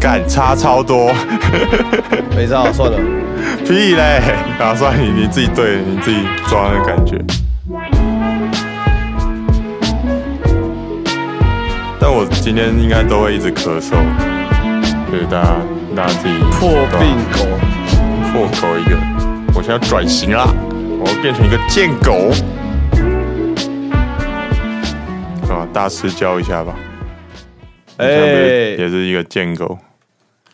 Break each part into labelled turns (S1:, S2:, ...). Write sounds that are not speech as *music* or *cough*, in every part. S1: 干差超多，
S2: 没照算了。
S1: 屁嘞！啊，算了，你你自己对，你自己抓那感觉。但我今天应该都会一直咳嗽，就是大家大家自己
S2: 破病狗，
S1: 破口一个。我现在要转型啦，我要变成一个贱狗。啊，大师教一下吧。
S2: 哎、
S1: 现在不是也是一个贱狗。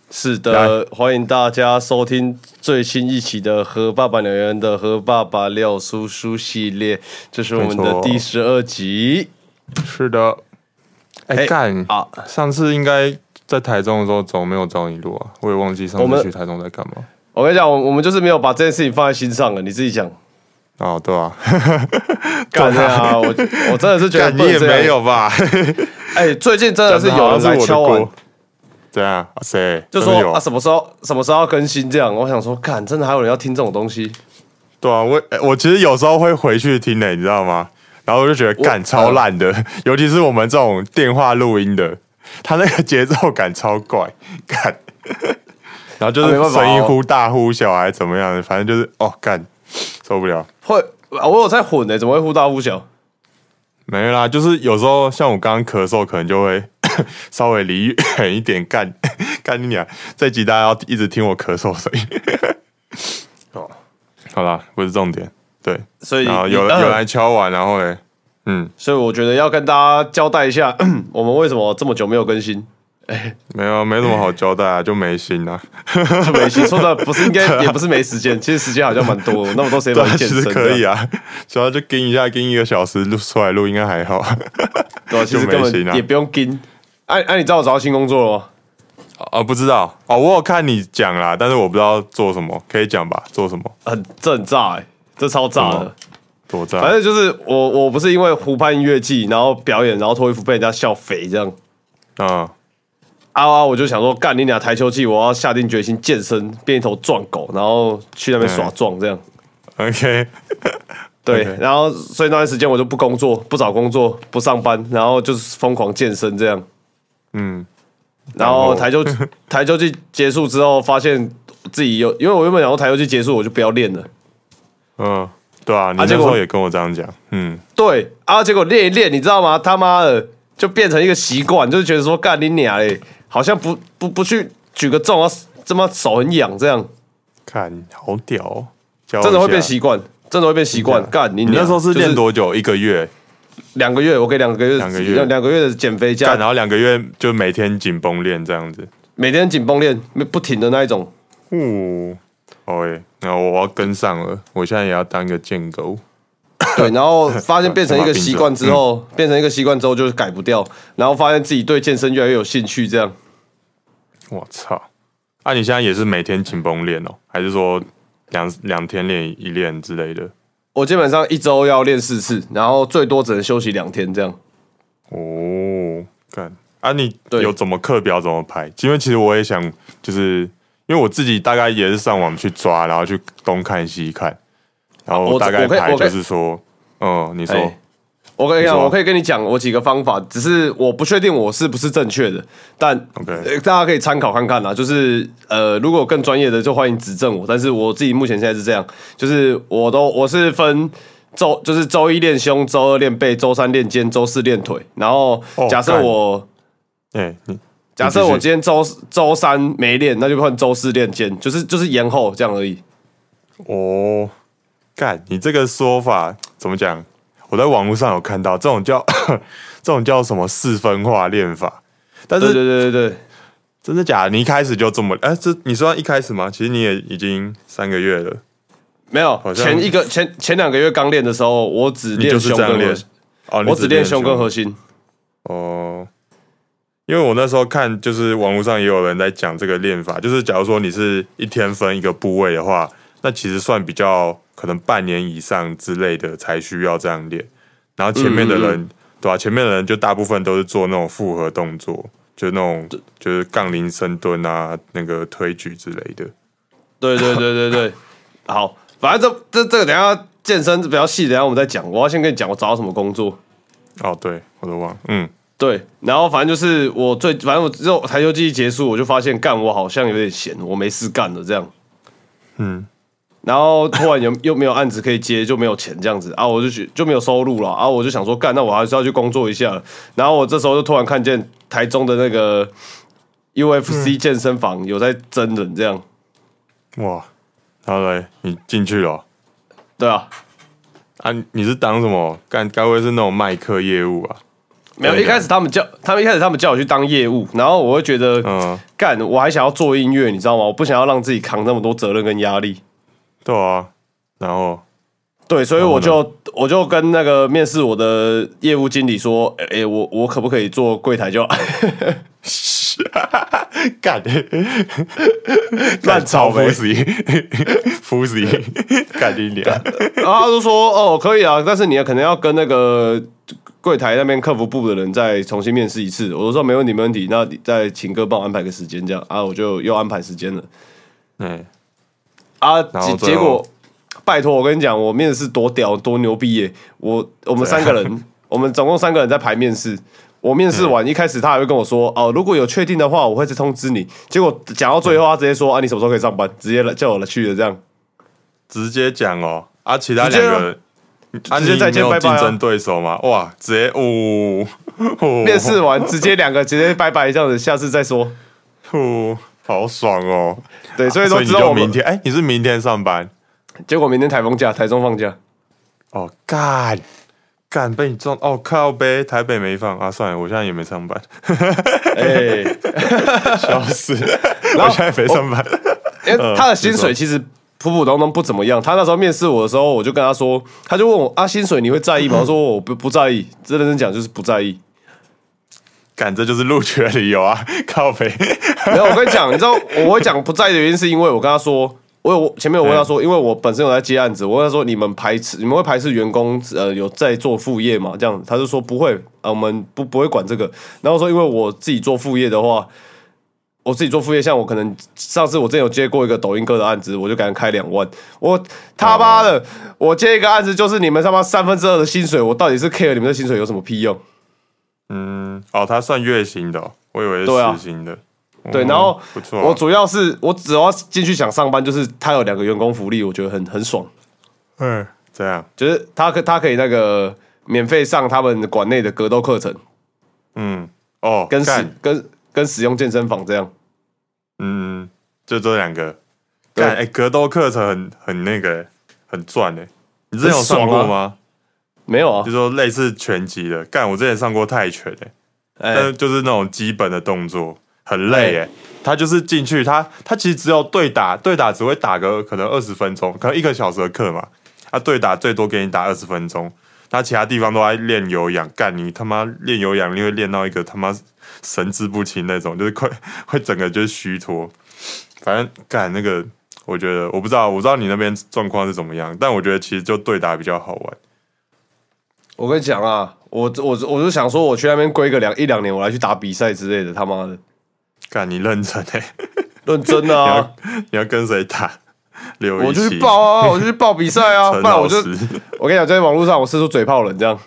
S2: 是的，欢迎大家收听最新一期的《和爸爸鸟人的和爸爸廖叔叔》系列，这是我们
S1: 没
S2: 的
S1: 错
S2: 第十二集。
S1: 是的。哎、
S2: 哎
S1: 干、
S2: 啊
S1: 上次应该在台中的时候，怎么没有找你录啊？我也忘记上
S2: 我
S1: 次
S2: 们
S1: 去台中在干嘛。
S2: 我跟你讲，我我们就是没有把这件事情放在心上了。你自己讲，
S1: 哦，对
S2: *laughs*
S1: 啊，
S2: 干这
S1: *laughs*
S2: 样啊！我我真的是觉得
S1: 干
S2: 不
S1: 你
S2: 能
S1: 也
S2: 这样
S1: 没。有吧？
S2: 哎、最近真的是
S1: *laughs*
S2: 有人来敲
S1: 我的
S2: 碗
S1: 锅，。对啊，谁？
S2: 就
S1: 真的
S2: 说
S1: 有
S2: 啊什么时候什么时候要更新这样。我想说，干，真的还有人要听这种东西？
S1: 对啊，我哎我其实有时候会回去听的，你知道吗？然后我就觉得干超烂
S2: 嗯
S1: 的， *laughs* 尤其是我们这种电话录音的，它那个节奏感超怪， *laughs* 干。然后就
S2: 啊
S1: 是
S2: 没办法哦
S1: 声音忽大忽小，还是怎么样的，反正就是哦干，受不了。
S2: 会，啊我有在混呢、怎么会忽大忽小？
S1: 没啦，就是有时候像我刚刚咳嗽，可能就会 *coughs* 稍微离远一点干 *coughs* 干你俩。这集大家要一直听我咳嗽声音。
S2: *laughs* 哦，
S1: 好啦，不是重点，对。
S2: 所以
S1: 然后有
S2: 你呃
S1: 人有人来敲碗，然后嘞，
S2: 所以我觉得要跟大家交代一下， *clears throat* 我们为什么这么久没有更新？
S1: 没有没什么好交代
S2: *laughs*
S1: 啊，就没心啊。
S2: 没心说的不是
S1: *laughs*
S2: 应该，也不是没时间，其实时间好像蛮多的，那么多时间
S1: 对
S2: 帮
S1: 啊，
S2: 你
S1: 其
S2: 健
S1: 实
S2: 身，
S1: 可以
S2: 啊，
S1: 啊，主要就跟一下跟一个小时录出来录，应该还好。
S2: 对啊，其
S1: 就
S2: 实根
S1: 没心啊
S2: 本也不用盯。哎哎，你知道我找到新工作了吗？
S1: 啊，不知道哦，我有看你讲啦，但是我不知道做什么，可以讲吧？做什么？
S2: 很这很炸哎、这超炸
S1: 什
S2: 的
S1: 么。多炸！
S2: 反正就是我我不是因为湖畔音乐季，然后表演，然后脱衣服被人家笑肥这样。
S1: 啊，
S2: 啊啊！我就想说，干你俩台球季，我要下定决心健身，变一头壮狗，然后去那边耍壮这样。
S1: OK，
S2: 对
S1: OK
S2: 然后所以那段时间我就不工作，不找工作，不上班，然后就是疯狂健身这样。
S1: 嗯，
S2: 然
S1: 后
S2: 后
S1: *laughs*
S2: 台球台球季结束之后，发现自己有，因为我原本想说台球季结束我就不要练了。
S1: 嗯，对啊，你那
S2: 结
S1: 时
S2: 果
S1: 候也跟我这样讲，嗯，
S2: 对啊，结果练一练，你知道吗？他妈的，就变成一个习惯，就是觉得说干你娘嘞，好像不不不去举个重啊，他妈手很痒这
S1: 哦
S2: 样，
S1: 看好屌、哦，教
S2: 真的
S1: 我
S2: 会
S1: 一下啊
S2: 变习惯，真的会变习惯。干你
S1: 你
S2: 娘
S1: 那时候是
S2: 就是
S1: 练多久？一个月，
S2: 两个月，我给两个月
S1: 两个月
S2: 两个月的减肥
S1: 干
S2: 加
S1: 然后两个月就每天紧绷练这样子。
S2: 每天紧绷练，没不停的那一种。
S1: 哦，哦诶，那我要跟上了，我现在也要当个贱狗。
S2: 对，然后发现变成一个
S1: 先把病
S2: 习惯之
S1: 治好
S2: 后，变成一个习惯之后就是改不掉，然后发现自己对健身越来越有兴趣，这样
S1: 我操！啊，你现在也是每天紧绷练哦，还是说两两天练一练之类的？
S2: 我基本上一周要练四次，然后最多只能休息两天这样。
S1: 哦，干啊！你
S2: 对
S1: 有怎么课表怎么排？因为其实我也想，就是因为我自己大概也是上网去抓，然后去东看西看，然
S2: 啊我
S1: 后大概
S2: 我可以
S1: 排
S2: 我可
S1: 就
S2: 以
S1: 是说，嗯，你说
S2: 哎我跟你讲，
S1: 你说
S2: 我可以跟你讲我几个方法，只是我不确定我是不是正确的，但
S1: OK
S2: 呃大家可以参考看看啦。就是呃，如果有更专业的就欢迎指正我，但是我自己目前现在是这样，就是我都我是分周，就是周一练胸，周二练背，周三练肩，周四练腿，然后
S1: 哦
S2: 假设
S1: 干
S2: 我。
S1: 哎，你
S2: 假设
S1: 你继续
S2: 我今天周周三没练，那就换周四练肩，就是就是延后这样而已。
S1: 哦，干，你这个说法怎么讲？我在网络上有看到这种叫 *coughs* 这种叫什么四分化练法，但
S2: 对
S1: 是
S2: 对对对对，
S1: 真的假的？你一开始就这么？哎、这你说一开始吗？其实你也已经三个月了，
S2: 没有
S1: 像
S2: 前一个前前两个月刚练的时候，我只
S1: 你
S2: 练
S1: 就是
S2: 胸
S1: 这样
S2: 跟
S1: 练
S2: 核心，。
S1: 哦，你
S2: 我只练胸跟
S1: 核。
S2: 核心。
S1: 哦，因为我那时候看，就是网络上也有人在讲这个练法，就是假如说你是一天分一个部位的话，那其实算比较可能半年以上之类的才需要这样练。然后前面的人，对吧、啊前面的人就大部分都是做那种复合动作，就那种就是杠铃深蹲啊，那个推举之类的。
S2: 对对对对对， *laughs* 好，反正这这这个等一下健身比较细，等一下我们再讲。我要先跟你讲我找到什么工作。
S1: 哦，对，我都忘了。嗯，
S2: 对，然后反正就是我最，反正我之后台球季一结束，我就发现干我好像有点闲，我没事干了这样。嗯，然后突然又又没有 *laughs* 案子可以接，就没有钱这样子啊，我就去就没有收入了啊，我就想说干，那我还是要去工作一下了。然后我这时候就突然看见台中的那个 UFC 健身房有在真人这样，
S1: 哇，然后嘞，你进去了哦
S2: 对啊，
S1: 啊？你是当什么？干，该不会是那种卖课业务吧？
S2: 没有，
S1: 对
S2: 一开始他们叫他们一开始他们叫我去当业务，然后我会觉得，
S1: 嗯
S2: 干，我还想要做音乐，你知道吗？我不想要让自己扛那么多责任跟压力。
S1: 对啊，然后
S2: 对，所以
S1: 然后
S2: 我
S1: 呢
S2: 就我就跟那个面试我的业务经理说，诶、诶我我可不可以做柜台就
S1: *laughs* 干，
S2: 烂草莓
S1: 夫妻， *laughs* 夫
S2: *laughs*
S1: 妻，干你 *laughs* 娘！
S2: 然后他就说，哦，可以啊，但是你可能要跟那个柜台那边客服部的人再重新面试一次。我就说没问题，没问题，那你再请哥帮我安排个时间这样啊，我就又安排时间了。
S1: 嗯，
S2: 啊，
S1: 然后
S2: 结
S1: 最
S2: 结
S1: 后
S2: 果，拜托我跟你讲，我面试多屌多牛逼耶！我我们三个
S1: 啊
S2: 人， *laughs* 我们总共三个人在排面试。我面试
S1: 嗯
S2: 完、一开始他还会跟我说，哦，如果有确定的话，我会再通知你。结果讲到最后，他直接说，啊，你什么时候可以上班？直接来叫我来去了这样。
S1: 哦直接讲哦，啊，其他
S2: 直接
S1: 两
S2: 啊
S1: 个人，啊，
S2: 直接
S1: 你
S2: 再见
S1: 没有
S2: 拜拜
S1: 竞
S2: 啊
S1: 争对手吗？哇，直接哦，哦
S2: *laughs*
S1: *laughs*
S2: 面试完直接两个直接拜拜这样子，下次再说。
S1: 哦，好爽哦！
S2: 对，所以说
S1: 你
S2: 之后
S1: 就
S2: 我
S1: 明
S2: 们
S1: 天，哎，你是明天上班？
S2: 结果明天台风假，台中
S1: *laughs*
S2: 放假。
S1: 哦，干干被你撞哦，靠呗，台北没放啊，算了，我现在也没上
S2: *laughs*
S1: 班，
S2: 哎、
S1: 笑死，
S2: 后
S1: 我现在没上班，
S2: 因为他的薪
S1: 你说
S2: 水其实普普通通不怎么样。他那时候面试我的时候，我就跟他说，他就问我啊，薪水你会在意吗？我说我不不在意，这认真讲就是不在意。
S1: 干这就是录取的理由啊，靠呗，
S2: *laughs* 没有，我跟你讲，你知道我会讲不在意的原因，是因为我跟他说。我有我前面我问他说，因为我本身有在接案子，我问他说你们排斥你们会排斥员工呃有在做副业吗？这样他就说不会，啊，我们不不会管这个。然后我说因为我自己做副业的话，我自己做副业，像我可能上次我之前有接过一个抖音哥的案子，我就敢开两万。我他妈的，我接一个案子就是你们他妈三分之二的薪水，我到底是 care 你们的薪水有什么屁用？
S1: 嗯，哦，他算月薪的哦、我以为
S2: 对啊
S1: 是时薪的，
S2: 对，
S1: 嗯
S2: 然后
S1: 不错啊、
S2: 我主要是我只要进去想上班，就是他有两个员工福利，我觉得很很爽，
S1: 嗯，这样，
S2: 就是他可他可以那个免费上他们馆内的格斗课程，
S1: 嗯，哦，
S2: 跟使
S1: 干，
S2: 跟跟使用健身房这样。
S1: 嗯，就这两个，
S2: 对
S1: 干，哎、格斗课程很很那个、欸很赚哎、你之前有
S2: 很爽
S1: 上
S2: 啊
S1: 过吗？
S2: 没有啊
S1: 就，说类似拳击的，干，我之前上过泰拳哎、
S2: 哎、
S1: 但是就是那种基本的动作，很累耶。他就是进去，他他其实只有对打，对打只会打个可能二十分钟，可能一个小时的课嘛。他对打最多给你打二十分钟，他其他地方都在练有氧，干你他妈练有氧，你会练到一个他妈神志不清那种，就是快 *laughs* 会整个就是虚脱。反正干那个，我觉得我不知道，我不知道你那边状况是怎么样，但我觉得其实就对打比较好玩。
S2: 我跟你讲啊，我我我就想说，我去那边归个两一两年，我来去打比赛之类的，他妈的，
S1: 干你认真哎、
S2: 认真的啊，
S1: 你要跟谁打？刘
S2: 我
S1: 一
S2: 就去
S1: 奇
S2: 报啊，我就去报比赛啊，
S1: 陈
S2: 不然
S1: 老
S2: 我就
S1: 师。
S2: *laughs* 我跟你讲，在网络上我四处嘴炮人这样。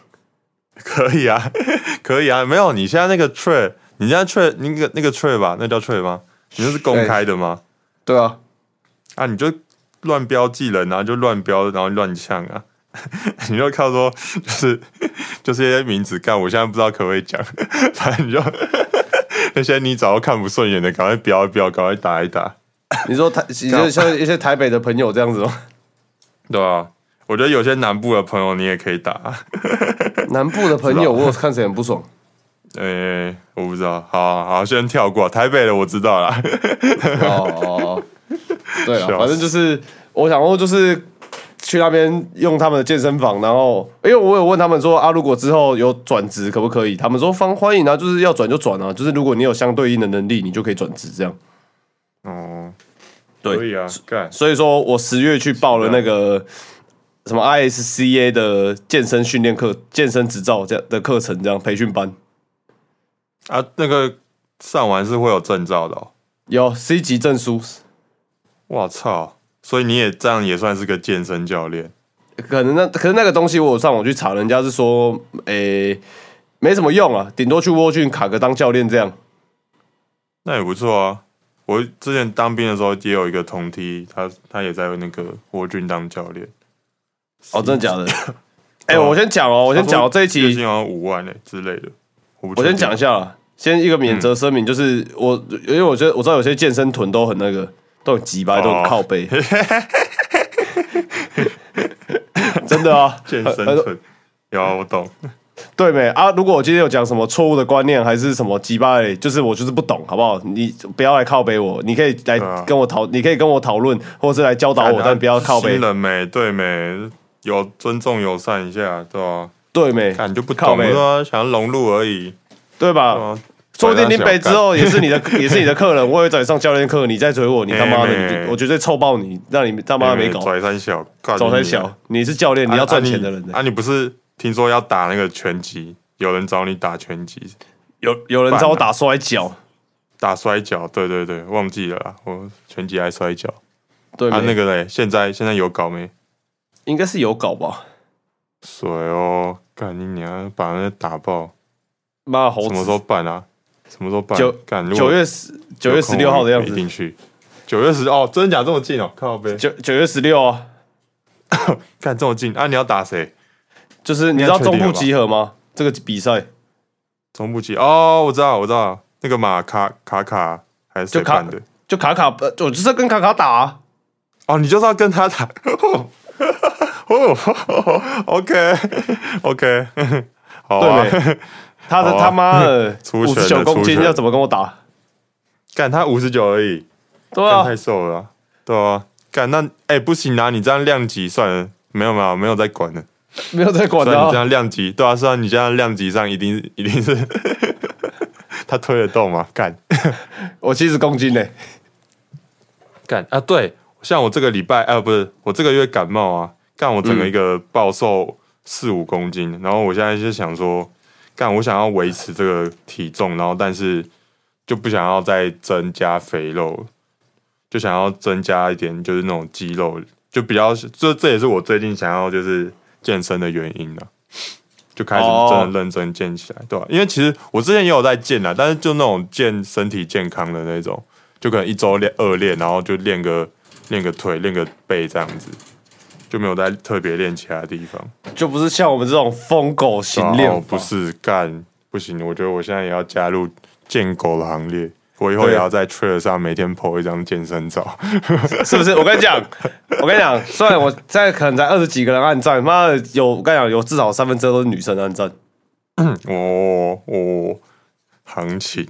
S1: 可以啊， *laughs* 可以啊，没有，你现在那个 trade，你现在 trade 那个那个 trade 吧，那叫 trade 吗？你那是公开的吗？
S2: 对啊，
S1: 啊，你就乱标记人啊，就乱标，然后乱呛啊， *laughs* 你就靠说就是就是一些名字干，我现在不知道可不可以讲， *laughs* 反正你就那些你找到看不顺眼的，赶快标一标，赶快打一打，
S2: 你
S1: *laughs*
S2: 说台，你就像一些台北的朋友这样子吗？
S1: 对吧、啊我觉得有些南部的朋友你也可以打、 *laughs*
S2: 南部的朋友，我有看谁很不爽。
S1: 呃、我不知道，好好好，先跳过台北的，我知道啦。 *laughs*
S2: 哦哦，对了
S1: 笑，死
S2: 反正就是我想说，就是去那边用他们的健身房，然后因为我有问他们说啊，如果之后有转职可不可以？他们说方欢迎啊，就是要转就转啊，就是如果你有相对应的能力，你就可以转职这样。
S1: 哦，
S2: 对
S1: 可以啊，干。
S2: 所以说我十月去报了那个什么 ISCA 的健身训练课、健身执照这样的课程，这样培训班
S1: 啊，那个上完是会有证照的、哦。
S2: 有 C 级证书，
S1: 我操！所以你也这样也算是个健身教练
S2: 可能那可是那个东西，我有上网去查，人家是说，诶、没什么用啊，顶多去沃郡卡个当教练这样。
S1: 那也不错啊。我之前当兵的时候也有一个同梯，他他也在那个国军当教练，
S2: 哦，
S1: *coughs*
S2: 真的假的？哎、我先讲哦，我
S1: 我
S2: 先讲哦，这一
S1: 月
S2: 期
S1: 薪好像五万嘞、欸之类的。我不
S2: 我
S1: 确定
S2: 先讲一下啦，先一个免责
S1: 嗯
S2: 声明，就是我，因为我觉得我知道有些健身臀都很那个，都很急
S1: 哦
S2: 吧，都很
S1: *laughs*
S2: 靠背，真的啊，
S1: 健身
S2: 很
S1: 存，有啊，我懂。
S2: 对没啊？如果我今天有讲什么错误的观念，还是什么鸡巴嘞，就是我就是不懂，好不好？你不要来靠背我，你可以来
S1: 啊
S2: 跟我讨，你可以跟我讨论，或是来教导我，但不要靠背
S1: 新。人没对没，有尊重友善一下，对吧、
S2: 对没？
S1: 看你哦就不
S2: 靠
S1: 懂
S2: 背
S1: 对，啊，想要融入而已，
S2: 对
S1: 对
S2: 吧？
S1: 吧？
S2: 说不定
S1: 你
S2: 林北之后也是你
S1: 啊
S2: 的，也是你的客人，我也找你上教练课，你再追我，你他妈的，
S1: 哎
S2: 你就我绝对臭爆你，让你他妈的没搞。
S1: 拽三小，干
S2: 早
S1: 你
S2: 才
S1: 啊
S2: 小，你是教练，你要赚钱的人呢、
S1: 啊你啊你不是听说要打那个拳击？有人找你打拳击，
S2: 有有人找我打摔跤，
S1: 打摔跤，对对对，忘记了啦，我拳击还摔跤。
S2: 对
S1: 啊，
S2: 没
S1: 那个嘞，现在现在有搞没？
S2: 应该是有搞吧？
S1: 水哦，干你娘，把人家打爆！
S2: 妈的猴
S1: 什么时
S2: 子，
S1: 候办啊？什么时候办？
S2: 九
S1: 干如果
S2: 九月十九月
S1: 有空
S2: 十六号的样
S1: 我一
S2: 子，
S1: 定去。九月十哦，真的假的这么近哦？靠背，
S2: 九九月十六啊，
S1: 干这么近啊！你要打谁？
S2: 就是你知
S1: 该
S2: 道
S1: 确定
S2: 中部
S1: 了吧
S2: 集合吗？这个比赛
S1: 中部级哦，我知道，我知道，那个马卡卡卡还是谁
S2: 就卡
S1: 办的？
S2: 就卡卡，呃我就是跟卡卡打、啊，
S1: 哦，你就是要跟他打。 *laughs* 哦哦，OK *laughs* OK，好 *laughs* 啊
S2: 对。没？他的
S1: 好啊
S2: 他妈的
S1: *laughs* 出
S2: 五
S1: 拳了
S2: 十九公
S1: 出
S2: 斤
S1: 拳
S2: 要怎么跟我打？
S1: *laughs* 干他五十九而已，
S2: 对
S1: 干
S2: 啊
S1: 太，瘦了啊，对啊。干那哎、不行啊，你这样量级算了，没有没有没有在管了。
S2: *laughs* 没有在管
S1: 虽
S2: 的
S1: 然你这
S2: 啊、
S1: 样量级，对啊，虽然你这样量级上一定 *laughs* 一定是他推得动吗？干。
S2: 我七十公斤呢、
S1: 干啊，对，像我这个礼拜，啊，不是我这个月感冒啊，干我整
S2: 嗯
S1: 个一个暴瘦四五公斤，然后我现在就想说，干我想要维持这个体重，然后但是就不想要再增加肥肉，就想要增加一点就是那种肌肉，就比较这这也是我最近想要就是健身的原因了、啊就开始真的认真健起来，对吧、因为其实我之前也有在健啦，但是就那种健身体健康的那种，就可能一周练二练，然后就练个练个腿、练个背这样子，就没有在特别练其他地方。
S2: 就不是像我们这种疯狗型
S1: 然
S2: 练
S1: 后
S2: 法，
S1: 哦不是干不行，我觉得我现在也要加入健狗的行列，我以后
S2: 对
S1: 也要在 Trail 上每天 po 一张健身
S2: *laughs*
S1: 照。
S2: 是不是？我跟你讲，我跟你讲，虽然我在可能才二十几个人按赞，妈的有我跟你讲，有至少三分之二都是女生按赞。
S1: 哦哦，行情，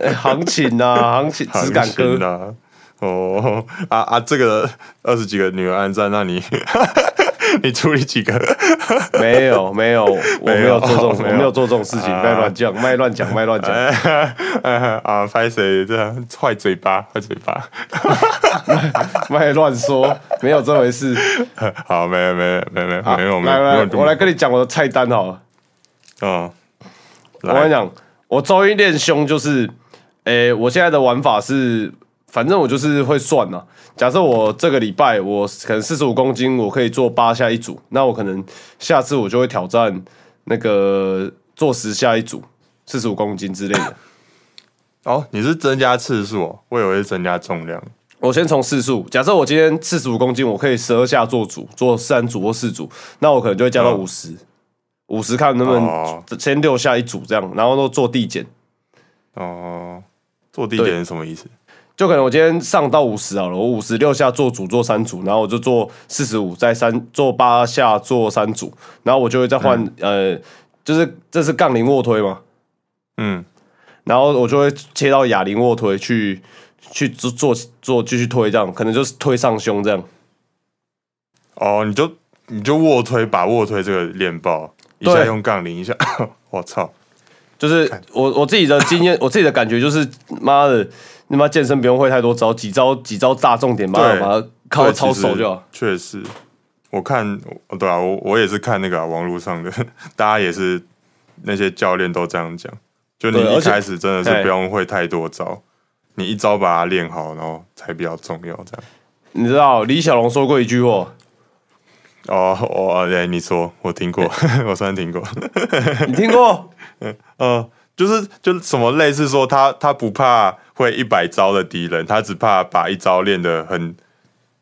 S2: 哎行情啊，行情，质
S1: 行
S2: 感
S1: 情
S2: 哥，
S1: 啊！哦啊啊！这个二十几个女儿暗战，那你 *laughs* 你处理几个？
S2: 没有没有，我没有做这种，
S1: 没有
S2: 我没有做这种事情，
S1: 啊
S2: 卖乱讲，卖乱讲，卖乱讲，
S1: 啊，拍谁这样坏嘴巴，坏嘴巴。 *laughs*
S2: *laughs* 卖乱说，没有这回事。
S1: 好，没有没有没有没有没有没
S2: 来
S1: 有没
S2: 来
S1: 有
S2: 来，，我来跟你讲我的菜单好了。
S1: 嗯，
S2: 我跟你
S1: 来
S2: 讲，我周一练胸就是，诶、我现在的玩法是，反正我就是会算呐、假设我这个礼拜我可能四十五公斤，我可以做八下一组，那我可能下次我就会挑战那个做十下一组，四十五公斤之类的。
S1: 哦，你是增加次数哦，我以为是增加重量。
S2: 我先从次数，假设我今天四十五公斤，我可以十二下做组，做三组或四组，那我可能就会加到
S1: 嗯
S2: 五十、五十看能不
S1: 哦
S2: 能先六下一组这样，然后都做递减。
S1: 哦，坐地点是什么意思？
S2: 就可能我今天上到五十好了，我五十六下做组做三组，然后我就做四十五，再三做八下做三组，然后我就会再换、呃，就是这是杠铃卧推嘛，
S1: 嗯，
S2: 然后我就会切到哑铃卧推去去做做做继续推这样，可能就是推上胸这样。
S1: 哦，你就你就卧推，把卧推这个练爆，一
S2: 对
S1: 下用杠铃，一下， *laughs* 我操，
S2: 就是我我自己的经验，我自己的感觉就是，妈的，你妈健身不用会太多招，几招几招大重点，妈的
S1: 对
S2: 把它靠
S1: 对
S2: 操手就好。。
S1: 其实确实，我看，哦对啊，我我也是看那个、啊、网络上的， *laughs* 大家也是那些教练都这样讲，就你
S2: 对而
S1: 一
S2: 且
S1: 开始真的是
S2: 嘿
S1: 不用会太多招，你一招把它练好，然后才比较重要。这样， *laughs*
S2: 你知道李小龙说过一句话，
S1: 哦哦，对，你说我听过， *laughs* 我算听过。
S2: 你听过？
S1: 呃，就是就是什么类似说他他不怕会一百招的敌人，他只怕把一招练得很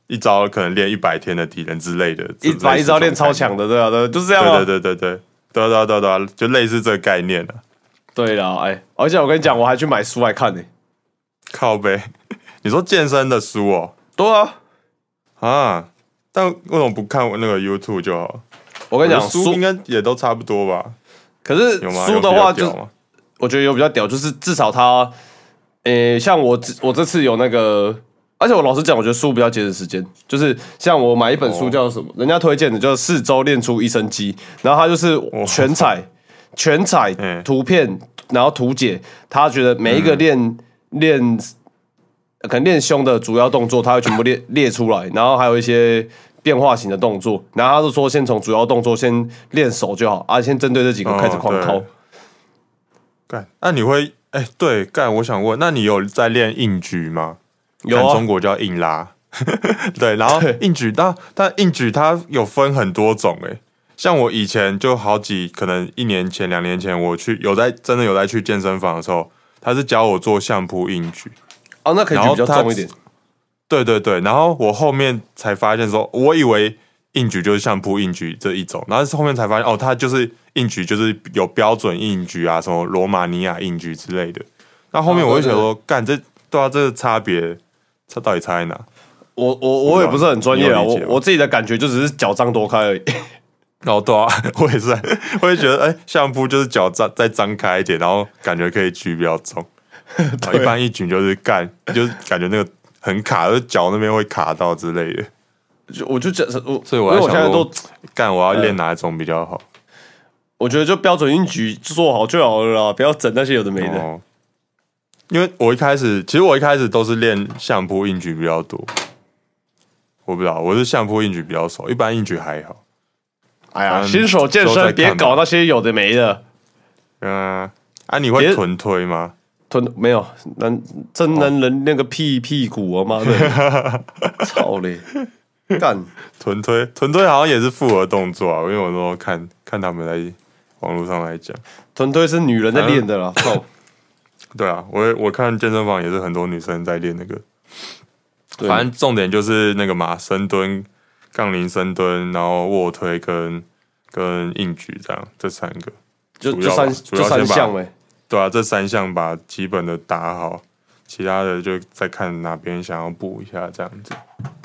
S1: 一招可能练一百天的敌人之类的，
S2: 一把一招练超强
S1: 的。
S2: 的，对啊，对，就是这样啊。
S1: 对对对对对对啊对啊对啊对啊，就类似这个概念啊。
S2: 对啦，哎，而且我跟你讲，我还去买书来看呢、
S1: 靠背，你说健身的书哦
S2: 对啊，
S1: 啊，但为什么不看那个 YouTube 就好？
S2: 我跟你讲，
S1: 我觉得
S2: 书
S1: 应该也都差不多吧？
S2: 可是
S1: 有吗？
S2: 书的话就
S1: 有比较
S2: 是
S1: 屌吗
S2: 我觉得有比较屌，就是至少它，呃，像我这我这次有那个，而且我老实讲，我觉得书比较节省时间，就是像我买一本书叫什
S1: 哦
S2: 么，人家推荐的叫《四周练出一身肌》，然后它就是全彩、全彩
S1: 哦 *laughs* 嗯
S2: 图片，然后图解，他觉得每一个练练。呃可能练胸的主要动作，他会全
S1: *laughs*
S2: 部列列出来，然后还有一些变化型的动作，然后他就说先从主要动作先练手就好，啊，先针对这几个开始狂
S1: 哦对
S2: 抠。
S1: 干，那你会哎、对干，我想问，那你有在练硬举吗？
S2: 有啊
S1: 看中国叫硬拉， *laughs* 对，然后硬举，但但硬举它有分很多种哎、像我以前就好几，可能一年前、两年前，我去有在真的有在去健身房的时候，他是教我做相扑硬举，
S2: 哦，那可以
S1: 然
S2: 举
S1: 后
S2: 比较
S1: 它
S2: 重一点。
S1: 对对对，然后我后面才发现说，我以为硬举就是相扑硬举这一种，然后是后面才发现哦，它就是硬举，就是有标准硬举啊，什么罗马尼亚硬举之类的。那后面
S2: 啊
S1: 我就
S2: 对
S1: 想
S2: 对
S1: 说，干这对啊，这个差别，它到底差在哪？
S2: 我我我也不是很专业啊，
S1: 你有
S2: 我
S1: 理解吗
S2: 我自己的感觉就只是脚张多开而已。
S1: 哦，对啊， *laughs* 我也是，我也觉得，哎，相扑就是脚张再张开一点，然后感觉可以举比较
S2: *laughs*
S1: 重。然后一般一举就是干，就是感觉那个很卡，就是脚那边会卡到之类的。
S2: *laughs* 就我就觉得我，
S1: 所以我在
S2: 因为我现
S1: 想说
S2: 在都，
S1: 干我要练哪一种比较好？
S2: 我觉得就标准硬举做好就好了啦，不要整那些有的没的。
S1: 哦，因为我一开始，其实我一开始都是练相扑硬举比较多。我不知道，我是相扑硬举比较熟，一般硬举还好。
S2: 哎呀，
S1: 嗯
S2: 新手健
S1: 之后再
S2: 身
S1: 看
S2: 别
S1: 吧
S2: 搞那些有的没的。
S1: 嗯、啊，你会
S2: 别
S1: 臀推吗？
S2: 臀没有男真男人那个屁屁股我妈的， *laughs* 操嘞！干
S1: 臀推，臀推好像也是复合动作啊，因为我都看看他们在网络上来讲。
S2: 臀推是女人在练的啦， *laughs* 操！
S1: 对啊，我也我看健身房也是很多女生在练那个，
S2: 对
S1: 反正重点就是那个嘛，深蹲、杠铃深蹲，然后卧推跟跟硬举这样，这三个。
S2: 就
S1: 主
S2: 就
S1: 要吧
S2: 三
S1: 主
S2: 就
S1: 要
S2: 三
S1: 先把
S2: 项欸呗。
S1: 对啊，这三项把基本的打好，其他的就再看哪边想要补一下这样子。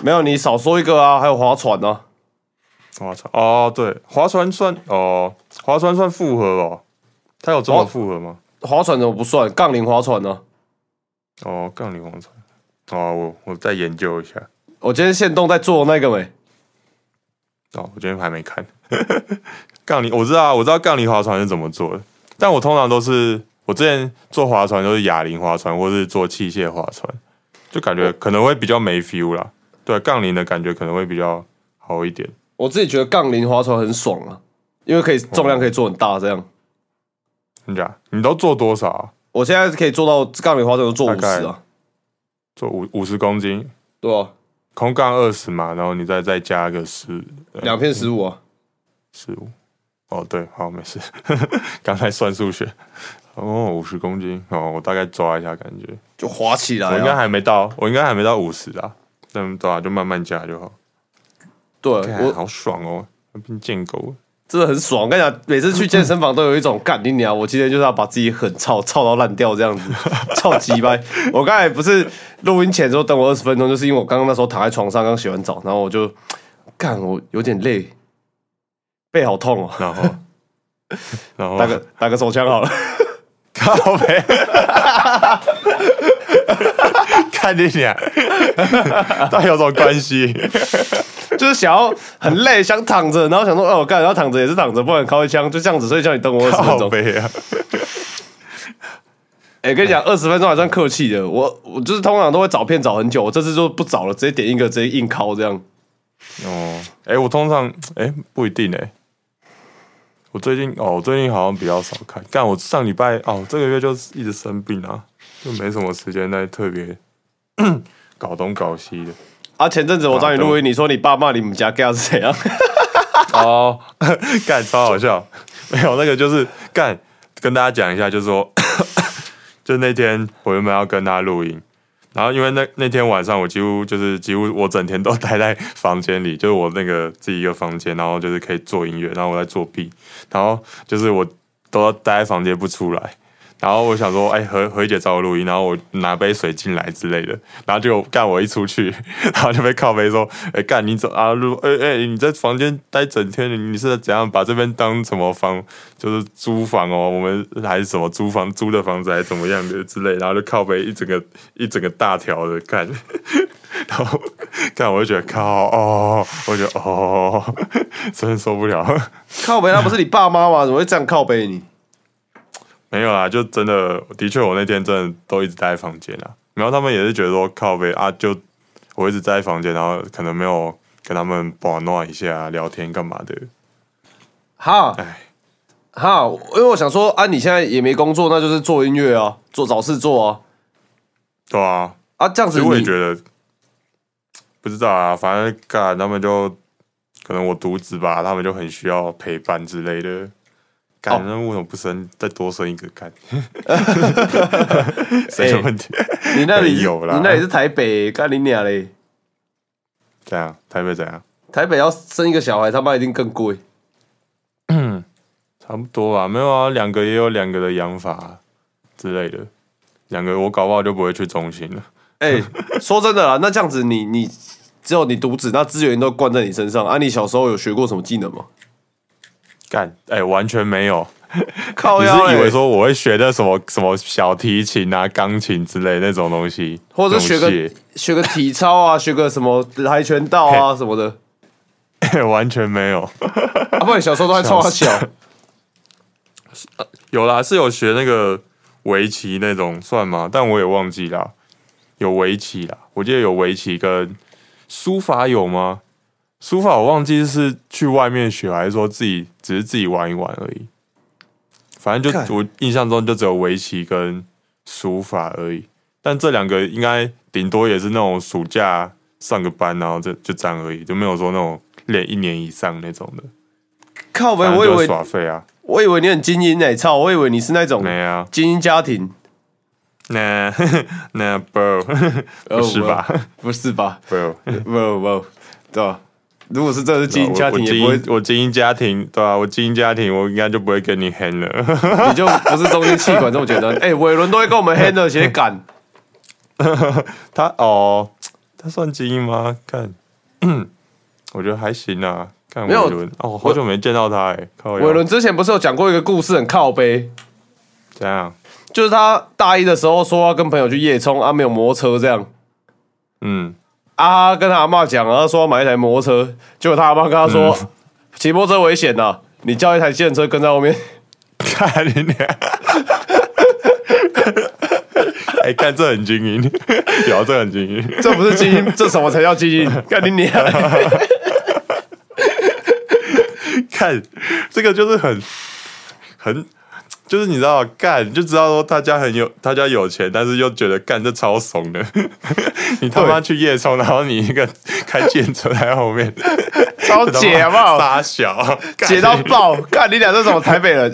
S2: 没有你少说一个啊，还有划船呢。
S1: 划船哦，对，划船算哦，划船算复合哦，它有这么复合吗？
S2: 划船怎么不算？杠铃划船啊呢？
S1: 哦，杠铃划船。哦，我我再研究一下。
S2: 我今天现动在做那个没？
S1: 哦，我今天还没看 *laughs* 杠铃，我知道啊，我知道杠铃划船是怎么做的，但我通常都是我之前做划船都是哑铃划船，或是做器械划船，就感觉可能会比较没 feel 啦。对，杠铃的感觉可能会比较好一点。
S2: 我自己觉得杠铃划船很爽啊，因为可以重量可以做很大，这样。
S1: 你讲，你都做多少、啊？
S2: 我现在可以做到杠铃划船都做五十
S1: 大啊
S2: 啊，
S1: 做五五十公斤，
S2: 对吧、
S1: 空杠二十嘛，然后你再再加个十呃
S2: 两片十五啊，
S1: 十五。哦，对，好，没事。 *laughs* 刚才算数学，哦，五十公斤，哦，我大概抓一下感觉，
S2: 就划起来、
S1: 我应该
S2: 啊。
S1: 还没到，我应该还没到五十啊。但对啊，就慢慢加就好。
S2: 对
S1: 我
S2: 我
S1: 好爽哦，变贱狗。
S2: 真的很爽。我跟你讲，每次去健身房都有一种干你娘！我今天就是要把自己很操操到烂掉这样
S1: *laughs*
S2: 子，操鸡掰。我刚才不是录音前说等我二十分钟，就是因为我刚刚那时候躺在床上刚洗完澡，然后我就干我有点累，背好痛哦，
S1: *laughs* 然后，然后
S2: 打个打个手枪好了。
S1: 靠背，看你俩，到底有什么关系？
S2: 就是想要很累，想躺着，然后想说，哦，干，然后躺着也是躺着，不然靠一枪，就这样子，所以叫你等我二十分
S1: 靠
S2: 钟。
S1: 背啊！
S2: 哎、跟你讲，二十分钟还算客气的，我我就是通常都会找片找很久，我这次就不找了，直接点一个，直接硬靠这样。
S1: 哦，哎、我通常哎、不一定哎、我最近哦，我最近好像比较少看，但我上礼拜哦，这个月就是一直生病啊，就没什么时间在特别 *coughs* 搞东搞西的。
S2: 啊，前阵子我找你录音，你说你爸骂你们家 gay 是怎样？
S3: 哦，
S1: *laughs* 干超好笑，没有那个就是干，跟大家讲一下，就是说， *coughs* 就那天我原本要跟他录音，然后因为那那天晚上我几乎就是几乎我整天都待在房间里，就是我那个自己一个房间，然后就是可以做音乐，然后我在作弊，然后就是我都待在房间不出来。然后我想说，哎、何何一姐找我录音，然后我拿杯水进来之类的，然后就干我一出去， *laughs* 然后就被靠背说，哎、干你怎啊录，哎、哎、你在房间待整天，你是怎样把这边当什么房，就是租房哦，我们还是什么租房租的房子还是怎么样的之类，然后就靠背一整个一整个大条的干， *laughs* 然后干我就觉得靠哦，我觉得哦， *laughs* 真的受不了。
S2: *laughs* 靠北，那不是你爸妈吗？怎么会这样靠北你？
S1: 没有啦，就真的，的确，我那天真的都一直待在房间啊。然后他们也是觉得说靠呗啊，就我一直待在房间，然后可能没有跟他们保暖一下、聊天干嘛的。
S2: 哈
S1: 哎，
S2: 哈，因为我想说啊，你现在也没工作，那就是做音乐啊，做找事做啊。
S1: 对啊，
S2: 啊，这样
S1: 所
S2: 子
S1: 以我也
S2: 你
S1: 觉得不知道啊，反正干他们就可能我独子吧，他们就很需要陪伴之类的。干，那为什么不生再多生一个干？ *laughs* 谁有问题？
S2: 你那里
S1: 没有啦
S2: 你那里是台北，干你娘嘞！
S1: 怎样？台北怎样？
S2: 台北要生一个小孩，他妈一定更贵。
S1: 差不多吧，没有啊，两个也有两个的养法、之类的，两个我搞不好就不会去中心了。
S2: 哎、说真的啦，那这样子你你只有你独子，那资源都灌在你身上啊！你小时候有学过什么技能吗？
S1: 干，哎、完全没有。
S2: *laughs* 靠
S1: 你
S2: 腰、欸，
S1: 是以为说我会学的什么什么小提琴啊、钢琴之类那种东西，
S2: 或者学
S1: 那
S2: 个
S1: 种
S2: 学个体操啊，学个什么跆拳道啊什么的，
S1: 屑哎完全没有。
S2: 啊，不然你小时候都在冲他小， *laughs*
S1: 有啦，是有学那个围棋那种算吗？但我也忘记啦，有围棋啦，我记得有围棋跟书法有吗？书法我忘记是去外面学还是说自己只是自己玩一玩而已。反正
S2: 看
S1: 就我印象中就只有围棋跟书法而已，但这两个应该顶多也是那种暑假上个班，然后就就这样而已，就没有说那种练一年以上那种的。
S2: 靠北，
S1: 反正
S2: 我以
S1: 就是
S2: 为
S1: 耍废啊，
S2: 我以为你很精英哎、操，我以为你是那种
S1: 没啊。
S2: 精英家庭，
S1: 那 *laughs* 那 bro *laughs*
S2: 哦
S1: 不是吧
S2: 不是吧？
S1: ？bro，
S2: 不不，对吧？如果是真的是精英啊家
S1: *laughs* 我
S2: 庭，
S1: 精
S2: 也不会
S1: 英，我精英家庭，对啊，我精英家庭，我应该就不会跟你 hang 了。 *laughs*
S2: 你就不是中间气管这么简单。哎、伟伦都会跟我们 handle
S1: *laughs*
S2: 写感，
S1: 他哦，他算精英吗？看， *coughs* 我觉得还行啊。看
S2: 没有
S1: 伟伦哦，我好久没见到他哎、欸，靠腰
S2: 伟伦之前不是有讲过一个故事很靠
S1: 啊
S2: 背，
S1: 怎样？
S2: 就是他大一的时候说要跟朋友去夜冲啊，没有摩托车这样。
S1: 嗯，
S2: 啊，跟他阿妈讲，然后说要买一台摩托车，结果他阿妈跟他说，骑、摩托车危险呐、你叫一台电车跟在后面。
S1: 看你俩。 *laughs* 哎、看这很精英， *laughs* 有啊这很精英，
S2: *laughs* 这不是精英，这什么才叫精英？ *laughs* 干你娘！
S1: *laughs* 看这个就是很很，就是你知道干就知道说他家很有他家有钱，但是又觉得干这超怂的。 *laughs* 你他妈去夜冲，然后你一
S2: *laughs*
S1: 个开电车在后面，
S2: 超 *laughs* 解
S1: 他妈傻
S2: 嘛，*laughs*
S1: 小干
S2: 解到爆！干你俩这什么台北人？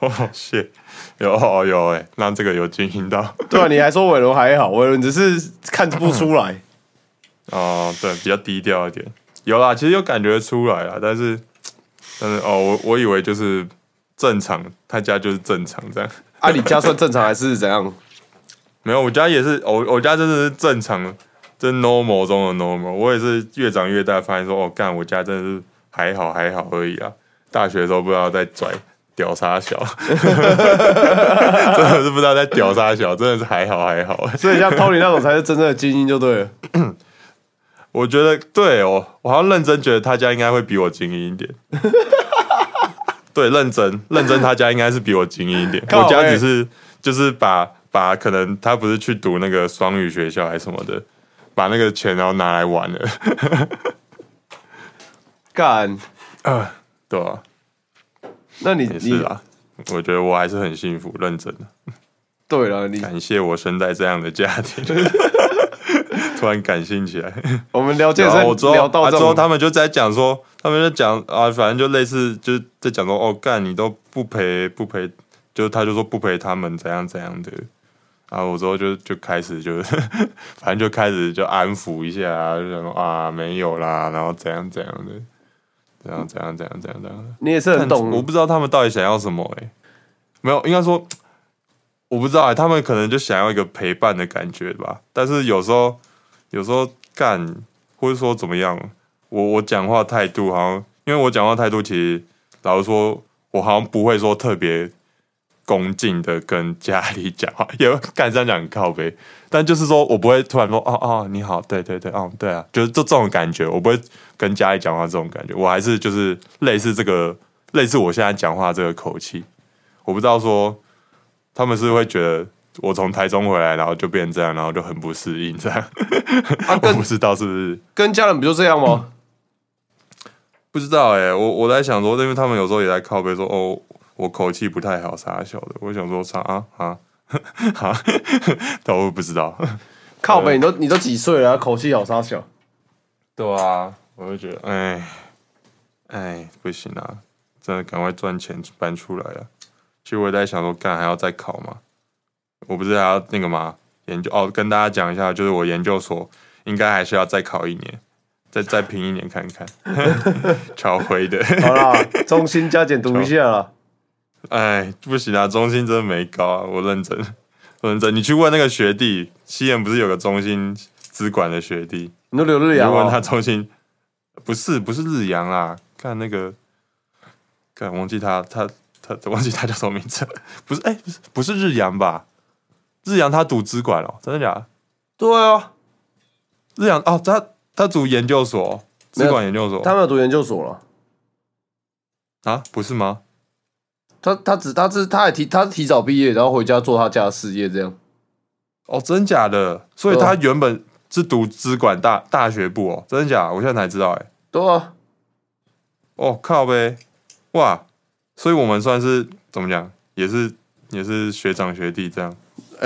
S1: 哦谢有哦有哎、那这个有经营到
S2: *laughs* 对啊，你还说伟伦还好，伟伦只是看不出来。
S1: 哦，对，比较低调一点。有啦，其实有感觉出来啦，但是但是哦，我我以为就是正常，他家就是正常这样。
S2: *laughs* 啊，你家算正常还是怎样？
S1: 没有，我家也是，我我家真的是正常，真 normal 中的 normal。我也是越长越大，发现说，哦，干，我家真的是还好还好而已啊。大学的时候不知道在拽屌啥小， *laughs* 真的是不知道在屌啥小，真的是还好还好。
S2: 所以像 Tony 那种才是真正的精英就对了。
S1: 我觉得对哦，我好像认真觉得他家应该会比我精英一点。 *laughs* 对，认真认真，他家应该是比我精英一点。
S2: 靠
S1: 我家
S2: 欸
S1: 只是就是把把可能他不是去读那个双语学校还是什么的，把那个钱然后拿来玩了，
S2: 干，呃
S1: 对吧、
S2: 那你
S1: 也
S2: 你
S1: 是啦，我觉得我还是很幸福，认真的，
S2: 对了，你 *laughs*
S1: 感谢我生在这样的家庭。突然感兴趣来。
S2: 我们聊健
S1: 然后
S2: 身
S1: 我之后、
S2: 聊到
S1: 啊、
S2: 这
S1: 之
S2: 种
S1: 后他们就在讲说，他们就讲啊，反正就类似就是在讲说，哦，干你都不陪不陪，就是他就说不陪他们怎样怎样的。啊，我之后就就开始就， *laughs* 反正就开始就安抚一下、啊，就想说啊没有啦，然后怎样怎样的，怎样怎样怎样怎样怎样的。
S2: 你也是很
S1: 但我
S2: 懂
S1: 不知道他们到底想要什么哎、没有，应该说我不知道哎、他们可能就想要一个陪伴的感觉吧。但是有时候，有时候干，或者说怎么样，我我讲话态度好像，因为我讲话态度其实老实说，我好像不会说特别恭敬的跟家里讲话， *laughs* 也会干这样讲很靠背，但就是说我不会突然说哦哦你好，对对对，哦对啊，就是就这种感觉，我不会跟家里讲话这种感觉，我还是就是类似这个类似我现在讲话这个口气，我不知道说他们是会觉得我从台中回来，然后就变成这样，然后就很不适应这样，*laughs*
S2: 啊，
S1: 我
S2: 跟
S1: 不知道是不是。
S2: 跟家人不就这样吗？
S1: 不知道哎、我我在想说，因为他们有时候也在靠背说，哦，我口气不太好，啥小的。我想说啥啊 *laughs* 啊啊，但我不知道。
S2: 靠北，你都你都几岁了啊，口气好沙小。
S1: 对啊，我就觉得，哎哎，不行啊，真的赶快赚钱搬出来啊！其实我也在想说，干还要再考吗？我不是还要那个吗？研究哦，跟大家讲一下，就是我研究所应该还是要再考一年，再再拼一年看 *laughs* 看，超灰的。*laughs*
S2: 好啦，中心加减读一下啦。
S1: 哎，不行啊，中心真的没高啊，我认真，我认真。你去问那个学弟，西安不是有个中心资管的学弟，
S2: 你都留日
S1: 你
S2: 阳
S1: 就问
S2: 哦
S1: 他，中心，不是不是日阳啊，看那个，看忘记他他他忘记他叫什么名字， *laughs* 不是哎、不是不是日阳吧？日阳他读资管哦，真的假的？
S2: 对啊，
S1: 日阳哦，他他读研究所，
S2: 没有
S1: 资管研究所，
S2: 他没有读研究所了，
S1: 啊不是吗？
S2: 他他只他是他也提他是提早毕业，然后回家做他家的事业这样。
S1: 哦，真假的？所
S2: 啊
S1: 以他原本是读资管大大学部哦，真的假的我现在才知道哎、
S2: 对啊，
S1: 哦靠呗，哇！所以我们算是怎么讲，也是也是学长学弟这样。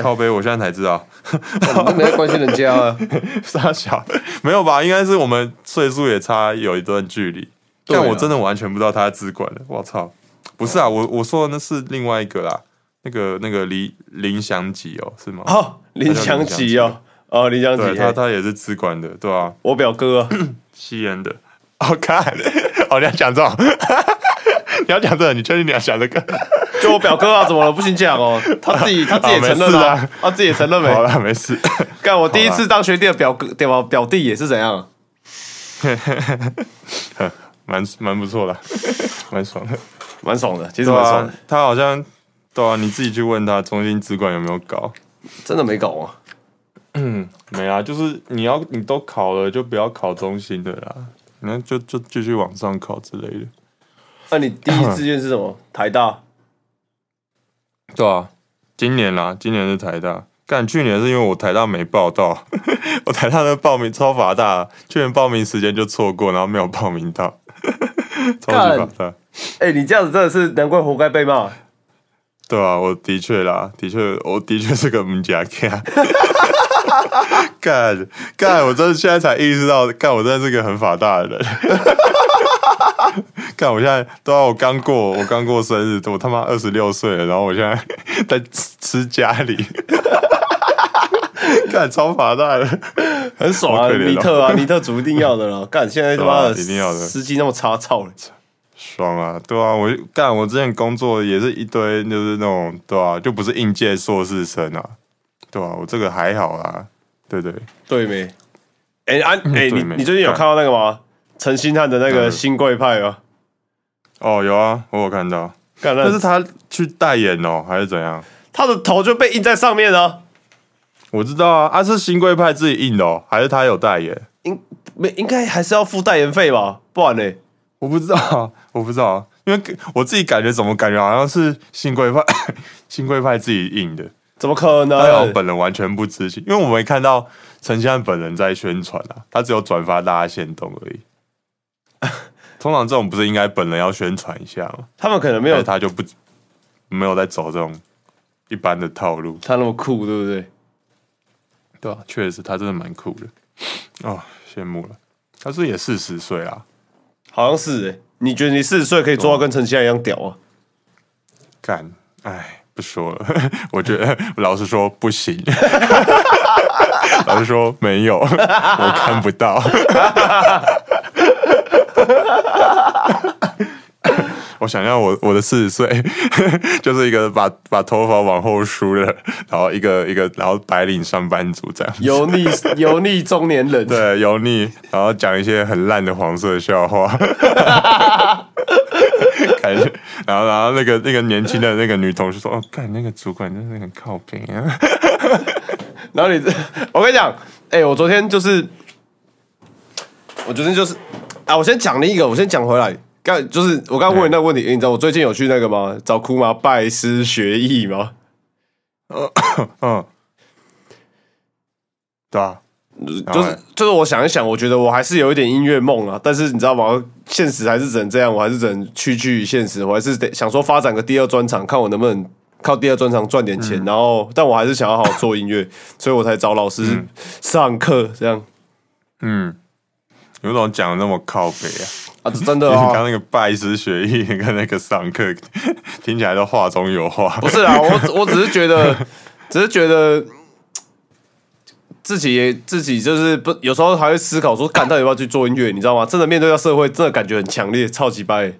S1: 靠呗，我现在才知道，
S2: 我们都没在关心人家啊。
S1: *laughs* 傻小，没有吧？应该是我们岁数也差有一段距离。
S2: 对啊
S1: 但我真的完全不知道他在资管的，我操！不是啊，我我说的那是另外一个啦，那个那个林林祥吉哦，是吗？
S2: 哦，林
S1: 祥
S2: 祥
S1: 吉
S2: 吉哦，哦，林祥
S1: 对
S2: 吉，
S1: 他
S2: 嘿
S1: 他也是资管的，对吧、啊？
S2: 我表哥啊，
S1: 吸烟的。好、看，哦，你要讲这种， *laughs* 你要讲这个，你确定你要讲这个？
S2: 就我表哥啊，怎么了？不行
S1: *laughs*
S2: 讲哦，他自己他自己也
S1: 好没
S2: 承认了
S1: 事啊
S2: 啊，他自己也承认
S1: 好
S2: 没？
S1: 了，没事。
S2: 干，我第一次当学弟的表哥，对吧？表弟也是怎样啊？
S1: 蛮蛮不错的， *laughs* 蛮爽的，
S2: 蛮爽的，其实
S1: 对
S2: 蛮爽的
S1: 啊，，他好像对啊，你自己去问他中心资管有没有搞？
S2: 真的没搞啊。
S1: 没啊，就是你要你都考了，就不要考中心的啦，那就就继续往上考之类的。
S2: 那你第一志愿是什么？台大。
S1: 对啊，今年啦，今年是台大。干，去年是因为我台大没报到， *laughs* 我台大的报名超法大，去年报名时间就错过，然后没有报名到， *laughs* 超级法
S2: 干
S1: 大。
S2: *laughs* 哎，你这样子真的是难怪活该被骂。
S1: 对啊，我的确啦，的确，我的确是个唔夹干， *laughs* 干干，我真的现在才意识到，干我真的是个很法大的人。 *laughs* 干，我现在都要我刚过，我刚过生日，我他妈二十六岁了，然后我现在在吃吃家里， *laughs* 干超法大的，很
S2: 懂啊，尼
S1: 哦
S2: 特啊， *laughs* 尼特组一定要的
S1: *laughs*
S2: 了。干，现在他妈
S1: 对啊一定要的
S2: 司机那么差，操
S1: *laughs*
S2: 了。
S1: 爽啊，对啊，我干我之前工作也是一堆就是那种对啊，就不是应届硕士生啊，对啊，我这个还好啦，对对，
S2: 对没？哎安哎，
S1: 嗯对
S2: 你
S1: 没
S2: 你最近有看到那个吗？陈星汉的那
S1: 嗯
S2: 个新贵派吗？
S1: 哦有啊，我有看到，
S2: 干，那
S1: 但是他去代言哦，还是怎样？
S2: 他的头就被印在上面啊了。
S1: 我知道啊，啊是新贵派自己印的哦，还是他有代言？
S2: 应没应该还是要付代言费吧，不然呢？
S1: 我不知道，啊我不知道，因为我自己感觉怎么感觉好像是新贵派， *coughs* 新贵派自己印的，
S2: 怎么可
S1: 但我
S2: 能？
S1: 本人完全不知情，因为我没看到陈香本人在宣传啊，他只有转发大家行动而已。 *laughs* 通常这种不是应该本人要宣传一下吗？
S2: 他们可能没
S1: 因
S2: 有
S1: 为哎他就不没有在走这种一般的套路，
S2: 他那么酷，对不对？
S1: 对啊，确实他真的蛮酷的。哦，羡慕了。他是不是也四十岁啊，
S2: 好像是哎、你觉得你四十岁可以做
S1: 哦
S2: 到跟陈其亚一样屌啊？
S1: 干，哎，不说了。 *laughs* 我觉得老实说不行， *laughs* 老实说没有，我看不到。我想要我我的四十岁， *laughs* 就是一个把把头发往后梳了，然后一个一个，然后白领上班族这样。
S2: 油腻油腻中年人，
S1: 对，油腻，然后讲一些很烂的黄色笑话，感觉，然后然后那个那个年轻的那个女同事说：“哦，干那个主管真的很靠北啊。 *laughs*
S2: 然后你， *laughs* 我跟你讲，哎、我昨天就是，我昨天就是，啊，我先讲另一个，我先讲回来，刚就是我刚刚问你那个问题、诶你知道我最近有去那个吗？找哭吗？拜师学艺吗？”
S1: 嗯，对啊，
S2: 就
S1: 然后
S2: 是
S1: 嘞
S2: 就是我想一想，我觉得我还是有一点音乐梦啊，但是你知道吗？现实还是只能这样，我还是只能屈居于现实，我还是得想说发展个第二专场，看我能不能靠第二专场赚点
S1: 嗯
S2: 钱，然后但我还是想要好好做音乐，所以我才找老师上课这样
S1: 嗯，有种讲的那么靠北啊？
S2: 啊，这真的
S1: 因为
S2: 啊
S1: *laughs* 刚，刚那个拜师学艺跟那个上课， *laughs* 听起来都话中有话
S2: 不。是啦，我我只是觉得，只是觉得自己也自己就是不，有时候还会思考说，干到底要不要去做音乐，你知道吗？真的面对到社会，真的感觉很强烈，超级掰，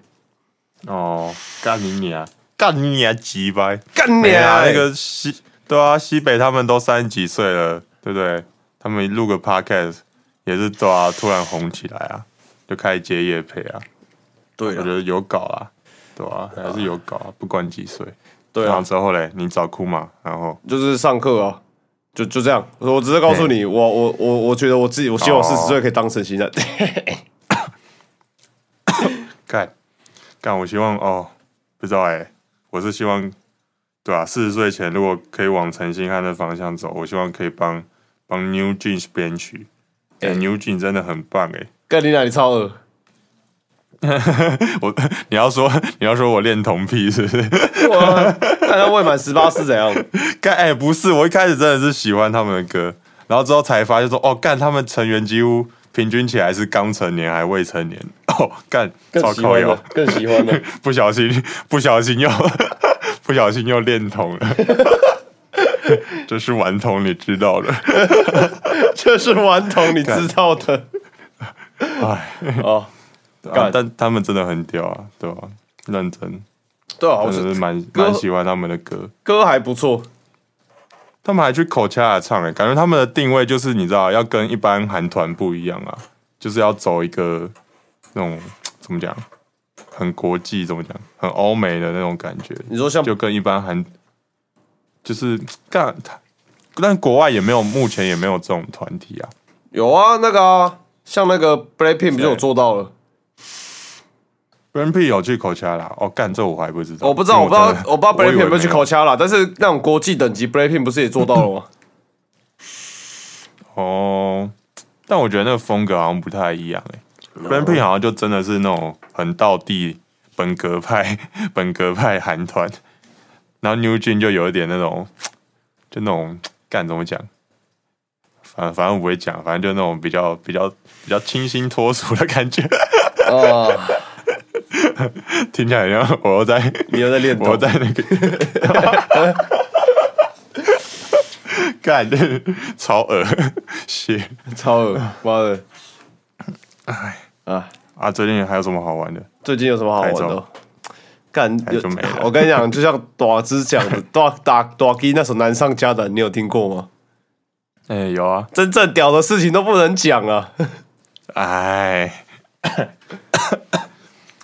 S1: 哦，干你娘，干你娘鸡掰！
S2: 干你
S1: 没啊，
S2: 啊！
S1: 那个西对啊，西北他们都三十几岁了，对不对？他们录个 podcast 也是对啊，突然红起来啊，就开始接夜配啊。
S2: 对
S1: 我觉
S2: 了，
S1: 得有搞啊，对啊，还是有搞啊，不管几岁。
S2: 对
S1: 然后
S2: 啊，
S1: 之后嘞，你找哭嘛，然后
S2: 就是上课啊。就就这样，我只是告诉你，我我我我觉得我自己，我希望
S1: 哦
S2: 四十岁可以当成现在。
S1: 干干，我希望哦，不知道哎、我是希望对啊，四十岁前如果可以往陈星汉的方向走，我希望可以帮帮 New Jeans 编曲。哎、
S2: 哎
S1: n e w Jeans 真的很棒哎、
S2: 干你俩，你超恶，
S1: 我你要说你要说我恋童癖是不是？啊
S2: 哇！大家未满十八是怎样？
S1: 干哎、不是，我一开始真的是喜欢他们的歌，然后之后才发现说哦干他们成员几乎平均起来是刚成年还未成年哦干超
S2: 更喜
S1: 靠
S2: 欢的
S1: 腰，，
S2: 更喜欢 *laughs* 的。
S1: 不小心不小心又不小心又恋童了， *laughs* 这是顽童你知道的，
S2: 这是顽童，你知道的。
S1: 哎
S2: 哦，
S1: 啊
S2: 干
S1: 但他们真的很屌啊，对吧、认真，
S2: 对啊，我
S1: 真
S2: 是
S1: 的是蛮
S2: 歌
S1: 蛮喜欢他们的歌。
S2: 歌还不错，
S1: 他们还去口腔来唱哎、感觉他们的定位就是你知道，要跟一般韩团不一样啊，就是要走一个那种怎么讲，很国际，怎么讲，很欧美的那种感觉，
S2: 你说像
S1: 就跟一般韩，就是干，但国外也没有，目前也没有这种团体啊。
S2: 有啊，那个啊，像那个 Blackpink 不就有做到了？
S1: b r a n P 有去口腔啦，哦，干这我还不知道，
S2: 我不知道，我
S1: 啊因为
S2: 不知道
S1: 真的，
S2: 我不知道
S1: 以为
S2: Blackpink 有没有去
S1: 没有
S2: 口腔啦，但是那种国际等级 Blackpink 不是也做到了吗？
S1: *laughs* 哦，但我觉得那个风格好像不太一样哎、欸。b r a n P 好像就真的是那种很道地本格派 *laughs* 本格派韩团，然后 New Jean 就有一点那种，就那种干怎么讲？反反正我不会讲，反正就那种比较比较比较清新脱俗的感觉， *laughs*
S2: 啊，
S1: 听起来很像我又在
S2: 你又在练
S1: 我
S2: 懂？
S1: 在那个 *laughs* 干超恶 *laughs* 心。
S2: 超恶，妈的！哎啊，
S1: 啊，最近还有什么好玩的？
S2: 最近有什么好玩
S1: 台
S2: 的
S1: 中？
S2: 干，有
S1: 中没了
S2: 我跟你讲，就像朵芝讲
S1: *laughs*
S2: 的，朵打朵基那首《难上加难》，你有听过吗？
S1: 哎、有啊，
S2: 真正屌的事情都不能讲啊，
S1: 哎，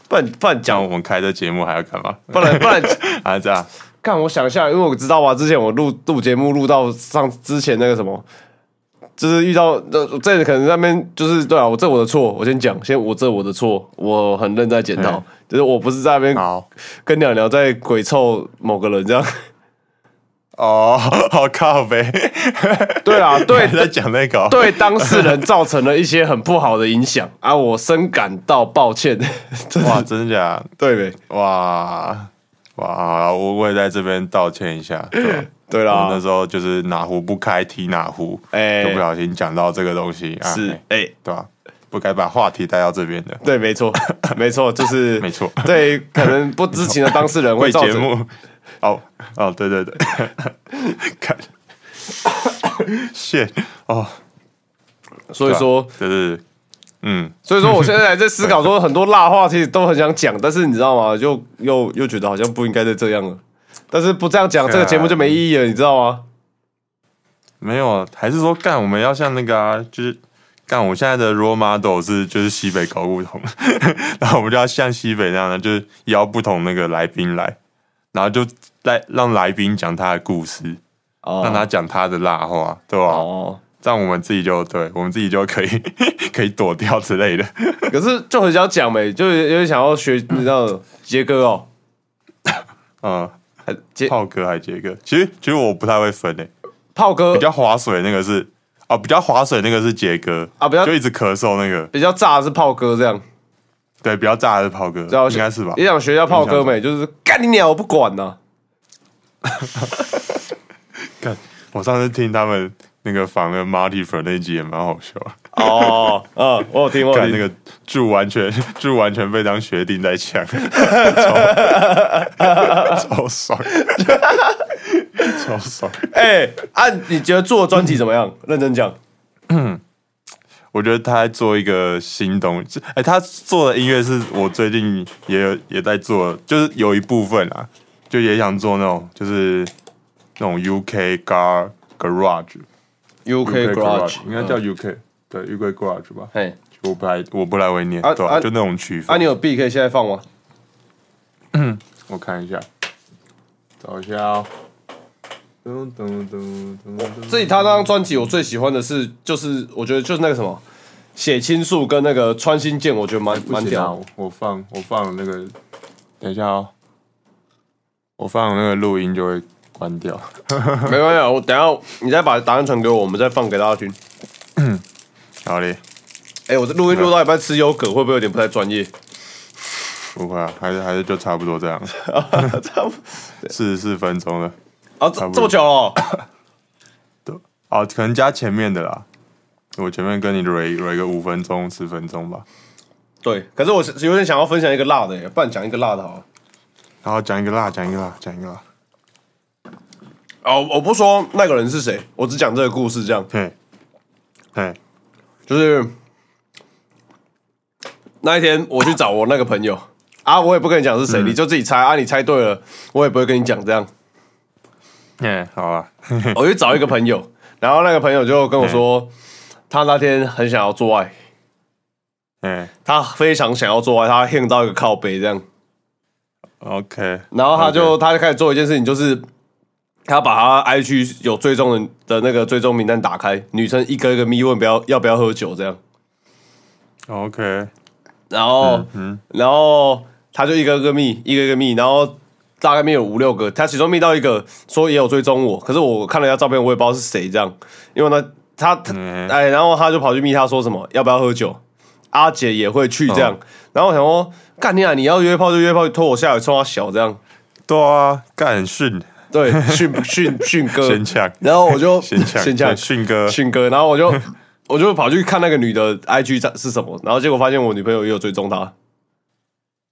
S2: 不然不
S1: 这
S2: 然
S1: 样
S2: 讲，
S1: 我们开这节目还要干
S2: *laughs*
S1: 嘛？
S2: 不然不然
S1: 啊，这样，
S2: 看，我想一下，因为我知道吧，之前我录录节目录到上之前那个什么，就是遇到呃这可能那边就是对啊，我这我的错，我先讲，先我这我的错，我很认真在检讨
S1: 嗯，
S2: 就是我不是在那边
S1: 好，
S2: 跟鸟鸟在鬼臭某个人这样，
S1: 哦， *laughs* 好靠呗，
S2: 对 *laughs* 啊，对
S1: 在讲那个、哦，
S2: *laughs* 对当事人造成了一些很不好的影响啊，我深感到抱歉，真的 *laughs*
S1: 哇，真的假
S2: 对呗，
S1: 的？哇，哇，我我也在这边道歉一下，对吧
S2: 对
S1: 我
S2: 啦
S1: 那，时候就是哪壶不开提哪壶，
S2: 嗯哎
S1: 就不小心讲到这个东西，啊
S2: 是
S1: 哎
S2: 哎、
S1: 对吧、不该把话题带到这边的，
S2: 对，没错，没错，就
S1: *laughs*
S2: 是
S1: 没错
S2: 对，可能不知情的当事人会
S1: 为
S2: 造
S1: *laughs* 节
S2: 成
S1: 目，哦哦，对对 *laughs* 对，看， *coughs* 谢哦，
S2: 所以说，
S1: 对啊对对，嗯，
S2: 所以说，我现在还在思考，说很多辣话其实都很想讲，但是你知道吗？就又又觉得好像不应该再这样了，但是不这样讲，这个节目就没意义了，你知道吗？
S1: 没有，还是说干我们要像那个啊，就是干我们现在的 role model 是就是西北搞不同， *laughs* 然后我们就要像西北那样的，就是邀不同那个来宾来，然后就来让来宾讲他的故事，让
S2: 哦
S1: 他讲他的辣话，对吧？
S2: 哦，
S1: 这样我们自己就对我们自己就可以 *laughs* 可以躲掉之类的。
S2: 可是就很想讲没，就有有点想要学，你知道杰哥哦，
S1: 嗯，
S2: 还杰
S1: 炮哥还杰哥，其实其实我不太会分诶、欸
S2: 炮哥
S1: 比较划水那个是啊，比较划水那个是杰哥
S2: 啊比较
S1: 就一直咳嗽那个，
S2: 比较炸的是炮哥这样，
S1: 对，比较炸的是炮哥，
S2: 知道
S1: 应该是吧？
S2: 也想学一下炮哥没，就是干你鸟，我不管呐、
S1: 看，我上次听他们那个访问 Marty f 那一集也蛮好笑，
S2: 哦，嗯，我有听，我有
S1: 看
S2: 听
S1: 那。个柱完全 *laughs* 柱完全被当学弟在
S2: *laughs*
S1: 抢，超超
S2: *laughs*
S1: 爽，超爽。
S2: 哎、啊，你觉得做专辑怎么样？认真讲，
S1: 我觉得他在做一个新东西，哎、他做的音乐是我最近也有也在做，就是有一部分啊，就也想做那种就是那种 UK gar garage
S2: UK Garage
S1: 应该叫 UK、对 UK garage 吧。
S2: 嗯哎，
S1: 我不太我不太会念，
S2: 啊
S1: 对吧、
S2: 啊
S1: 就那种曲
S2: 啊，
S1: 风。
S2: 你有 B 可以现在放吗？
S1: 我看一下，找一下哦。噔噔噔噔噔
S2: 这里他那张专辑我最喜欢的是，就是我觉得就是那个什么血清素跟那个穿心剑，我觉得蛮
S1: 不
S2: 蛮
S1: 行啊
S2: 屌的。
S1: 我我放我放那个，等一下哦，我放那个录音就会关掉。
S2: 没关系啊，我等一下你再把答案传给我，我们再放给大家听。
S1: 好嘞，
S2: 哎、我这录音录到一半吃优格，会不会有点不太专 *laughs* 业？
S1: 不会啊，还是还是就差不多这样，
S2: 差不
S1: 四十四分钟了。
S2: 啊，
S1: 差
S2: 这
S1: 不多
S2: 这么久了哦、
S1: 对，哦，可能加前面的啦。我前面跟你蕊蕊个五分钟、十分钟吧，
S2: 对，可是我是有点想要分享一个辣的耶，不然讲一个辣的好了。
S1: 然后讲一个辣，讲一个辣，讲一个辣。
S2: 哦，我不说那个人是谁，我只讲这个故事，这样
S1: 嘿，嘿，
S2: 就是那一天我去找我那个朋友啊，我也不跟你讲是谁，你就自己猜啊，你猜对了，我也不会跟你讲这样。
S1: 嘿，好啊，
S2: 我去找一个朋友，然后那个朋友就跟我说，他那天很想要做爱，
S1: 嘿
S2: 他非常想要做爱，他恨到一个靠背这样，
S1: ，OK。
S2: 然后他就他就开始做一件事情，就是他把他 IG 有追踪人的那个追踪名单打开，女生一个一个密问不要要不要喝酒这样，
S1: OK，
S2: 然后
S1: 嗯
S2: 然后他就一个一个密一个一个密，然后。大概密有五六个，他其中密到一个说也有追踪我，可是我看了一下照片，我也不知道是谁这样，因为呢，他他
S1: 嗯
S2: 哎，然后他就跑去密他说什么要不要喝酒，阿姐也会去这样。
S1: 哦
S2: 然后我想说，干你啊，你要约炮就约炮，拖我下来冲他小这样。
S1: 对啊，干很逊， *laughs*
S2: 对，训训训哥，
S1: 先抢
S2: 然后我
S1: *laughs*
S2: 就
S1: 先抢，
S2: *laughs* 先
S1: 对
S2: 抢
S1: 逊哥，
S2: 训哥，然后我就我就跑去看那个女的 IG 在是什么，然后结果发现我女朋友也有追踪她。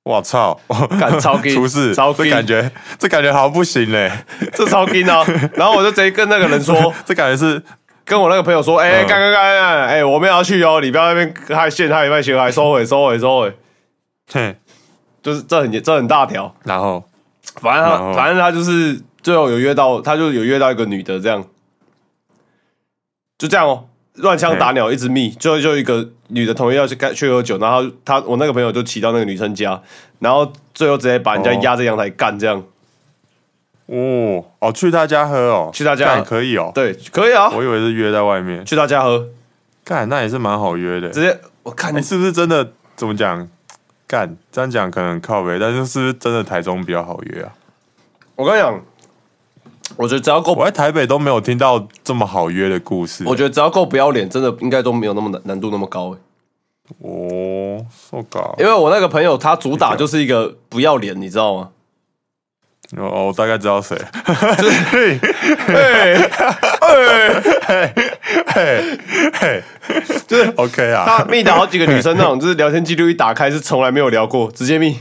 S1: 我操， *laughs*
S2: 干超 gay，
S1: 出事，
S2: 超
S1: 这
S2: gay
S1: 感觉，这感觉好像不行嘞，
S2: 这超
S1: *laughs*
S2: 劲啊！然后我就直接跟那个人说，
S1: 这感觉是
S2: 跟我那个朋友说，哎、
S1: 嗯
S2: 干干干干，哎、我们也要去哦，你不要在那边害陷害卖陷害，收回收回收回，
S1: 嘿，
S2: 就是这很这很大条。
S1: 然后
S2: 反正
S1: 然
S2: 他
S1: 后
S2: 反正他就是最后有约到，他就有约到一个女的这样，就这样哦，乱枪打鸟，一直
S1: 嗯
S2: 密，最后就一个女的同意要去干去喝酒，然后他我那个朋友就骑到那个女生家，然后最后直接把人家
S1: 哦
S2: 压在阳台干这样，
S1: 哦哦，去他家喝哦，
S2: 去他家
S1: 干可以哦，
S2: 对，可以啊，
S1: 我以为是约在外面，
S2: 去他家喝，
S1: 干那也是蛮好约的，
S2: 直接我看
S1: 你是不是真的怎么讲？干这样讲可能很靠北，但是是不是真的台中比较好约啊？
S2: 我跟你讲，我觉得只要够
S1: 我，在台北都没有听到这么好约的故事。
S2: 我觉得只要够不要脸，真的应该都没有那么难难度那么高、欸
S1: 哦，so 搞
S2: 因为我那个朋友他主打就是一个不要脸，你知道吗？
S1: 哦，我大概知道谁。嘿，就是 OK 啊，
S2: 他密的好几个女生那种，就是聊天记录一打开是从来没有聊过，直接密。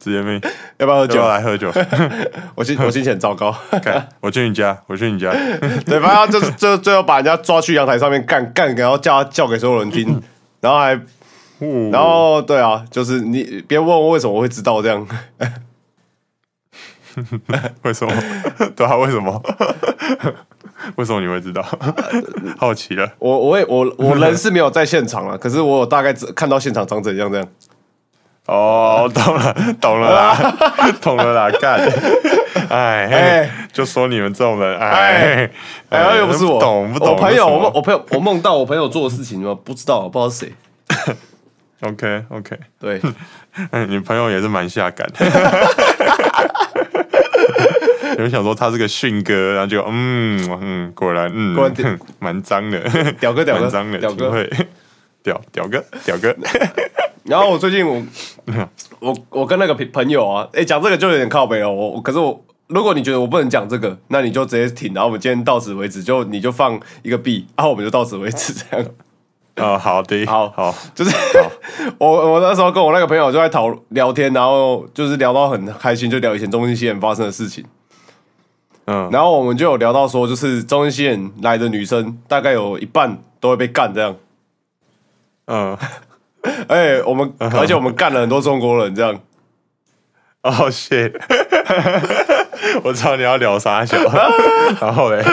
S1: 直接命，
S2: 要不要喝
S1: 就
S2: 酒？
S1: 来喝
S2: *laughs*
S1: 酒。
S2: 我 *laughs* 心我心情很糟糕。
S1: 看，我去你家，我去你家。
S2: 对，反正就是最最后把人家抓去阳台上面干干，然后叫他叫给所有人听，然后还然
S1: 然
S2: 后对啊，就是你别问我为什么我会知道这样，
S1: 为什么？ *laughs* 对啊，为什么？ *laughs* 为什么你会
S2: *laughs*
S1: 知道？好奇了。
S2: 我我也我我人是没有在现场了，啊可是我有大概知看到现场长怎样这样。
S1: 哦，懂了，懂了
S2: *laughs*
S1: 啦，懂了啦，干。哎
S2: 哎
S1: 哎，就说你们这种人，哎
S2: 哎，又不是我，
S1: 懂不懂？
S2: 我朋友，
S1: 为什
S2: 我
S1: 么
S2: 梦我朋友我梦到我朋友做的事情吗？不知道，不知道是谁。
S1: OK OK，
S2: 对，
S1: *laughs* 哎，你朋友也是蛮下感 *laughs* 的。有人想说他是个迅哥，然后就嗯嗯，果然嗯，
S2: 果然屌
S1: 哼蛮脏的，
S2: *laughs* 屌哥屌哥
S1: 蛮脏的，
S2: 屌哥
S1: 挺会屌屌哥屌哥，
S2: 然后我最近我我我跟那个朋朋友啊，哎、讲这个就有点靠北了。我我可是我，如果你觉得我不能讲这个，那你就直接停。然后我们今天到此为止，就你就放一个 B，然后我们就到此为止这样。 *laughs*
S1: 哦，好的，
S2: 好
S1: 好，
S2: 就是 *laughs* 我我那时候跟我那个朋友就在讨聊天，然后就是聊到很开心，就聊以前中心西人发生的事情。
S1: 嗯，
S2: 然后我们就有聊到说，就是中心西人来的女生大概有一半都会被干这样。
S1: 嗯，
S2: 哎、
S1: *laughs*
S2: 我们而且我们干了很多中国人这样。 *laughs*
S1: 哦、shit，我知道你要聊啥小， *laughs* 然后嘞，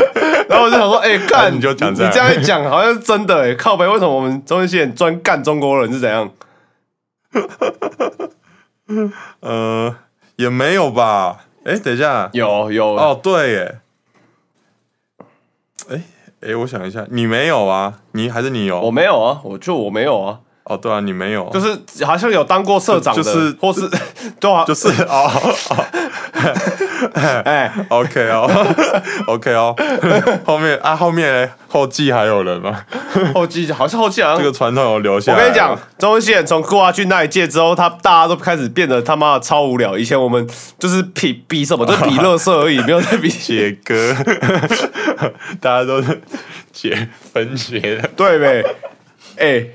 S2: 然后我就想说，哎、
S1: *laughs*
S2: 干
S1: 你就讲这
S2: 你
S1: 样
S2: 这样一讲，好像是真的哎、靠北，为什么我们中间线专干中国人是怎样？
S1: 呃，也没有吧？哎，等一下，
S2: 有有哦，
S1: 哦，对耶，哎哎，我想一下，你没有啊？你还是你有？
S2: 我没有啊，我就我没有啊，
S1: 哦，对啊，你没有，就
S2: 就是好像有当过社长的，
S1: 就是
S2: 或是 *laughs* 对啊，
S1: 就是哦
S2: 哎、
S1: *laughs* ，OK 哦，OK 哦，后面啊，后面嘞，后继还有人吗？
S2: 后继好像后继好像
S1: 这个啊传统有留下
S2: 我
S1: 来
S2: 跟你讲，中文系人从郭阿俊那一届之后，他大家都开始变得他妈的超无聊。以前我们就是比比什么，就是比乐色而已，没有在比。
S1: 杰哥，大家都是解分解的。
S2: *laughs* 对呗？哎、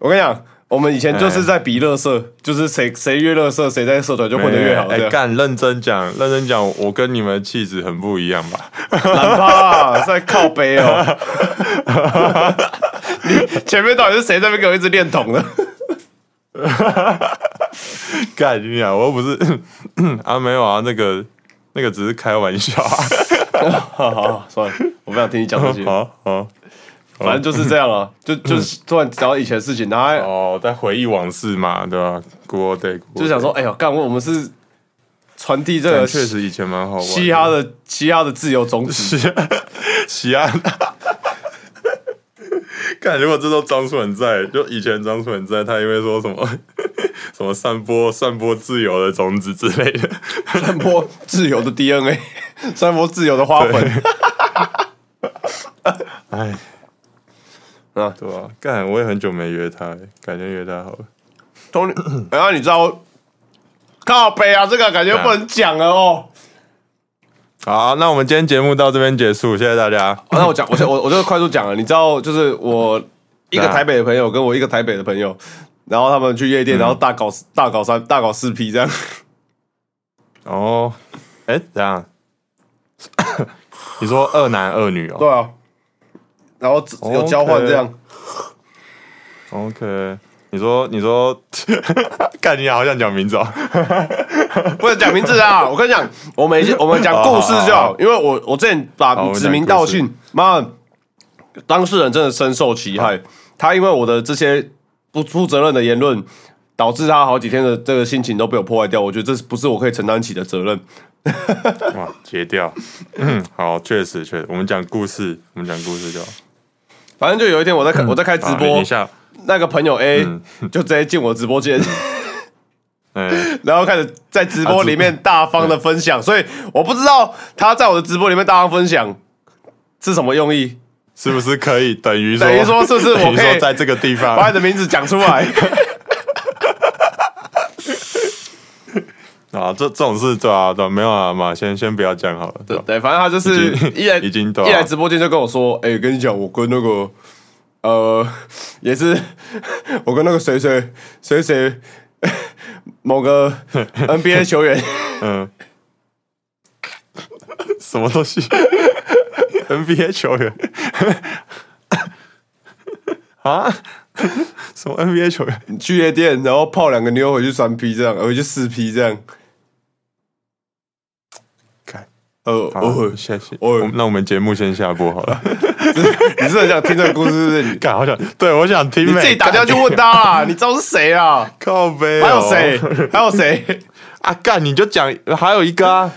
S2: 我跟你讲，我们以前就是在比乐色，就是谁谁越乐色，谁在社团就混得越好，啊
S1: 哎、
S2: 这样
S1: 干，认真讲，认真讲，我跟你们的气质很不一样吧？
S2: *laughs* 懒趴啊在靠背哦。你前面到底是谁在那边给我一直练桶的？ *laughs*
S1: 干你啊，我又不是 *coughs* 啊，没有啊，那个那个只是开玩笑啊。
S2: 好好好，算了，我不想听你讲这 *laughs* 些，
S1: 好好
S2: 反正就是这样啊，就就是突然讲到以前的事情，然后还
S1: 哦，在回忆往事嘛，对吧、国 o o d day，
S2: 就想说，哎呦，干我我们是传递这
S1: 但
S2: 个
S1: 嗯确实以前蛮好玩的。 *laughs*
S2: 嘻哈的嘻哈的自由种子。
S1: 嘻哈，嘻哈。 *laughs* 看，如果这时候张楚很在，就以前张楚很在，他因为说什么 *laughs* 什么散播散播自由的种子之类的，
S2: *laughs* 散播自由的 DNA，散 *laughs* 播自由的花粉。
S1: 哎，
S2: 啊
S1: *laughs* 对吧、干，我也很久没约他了，改天约他好了。
S2: 同理， *clears throat* 然哎后你知道，靠北啊，这个感觉不能讲了哦。
S1: 好，那我们今天节目到这边结束，谢谢大家。
S2: 啊那我讲，我先我我就快速讲了。你知道，就是我一个
S1: 啊
S2: 台北的朋友跟我一个台北的朋友，然后他们去夜店，然后大搞大搞三大搞四批这样。
S1: 哦，哎，怎样？你说二男二女哦
S2: 对啊，然后只有交换这样。
S1: ？OK，你说你说，干你好想讲名字哦。
S2: 不能讲名字啊！我跟你讲，我们一些我们讲故事就 *laughs* 好，因为我我之前把
S1: 好
S2: 指名道姓，妈，当事人真的深受其害。他因为我的这些不负责任的言论，导致他好几天的这个心情都被我破坏掉。我觉得这是不是我可以承担起的责任？
S1: 哇，截掉。嗯，好，确实确实，我们讲故事，我们讲故事就好。
S2: 反正就有一天我在开我在开直
S1: 好你
S2: 播
S1: 你，下，
S2: 那个朋友 A 就直接进我直播 *laughs* 间，
S1: *laughs* 哎、
S2: 然后开始在直播里面大方的分享，所以我不知道他在我的直播里面大方分享是什么用意。
S1: 是不是可以等于说
S2: 等于说是不是我
S1: 等于
S2: 可以
S1: 说在这个地 *laughs* 方
S2: *laughs* 把你的名字讲出来。
S1: 啊，这这种事对啊，对啊没有啊嘛，先先不要讲好了，对
S2: 对啊
S1: 吧？
S2: 对，反正他就是
S1: 已经
S2: 一 *laughs* 来
S1: 已经对啊
S2: 一来直播间就跟我说，哎、跟你讲，我跟那个呃，也是我跟那个谁谁谁谁某 *laughs* 个 NBA 球员
S1: 嗯， *laughs* 什么东西？NBA 球员 *laughs* 啊？ *laughs* 什么 NBA 球员？
S2: 去夜店，然后泡两个妞回去三 P 这样，回去四 P 这样，
S1: 看，
S2: 呃，哦
S1: 哦，，谢谢。
S2: 哦
S1: 我那我们节目先下播好了。
S2: *laughs* 你是很想听这个故事是不是？你
S1: 干，好想， *laughs* 对我想听。
S2: *laughs* 你自己打电话去问他哎啦， *laughs* 你知道是谁啊？
S1: 靠背、哦
S2: 还有谁？还有谁？
S1: *laughs*
S2: *laughs*
S1: 啊？干，你就讲，还有一个啊。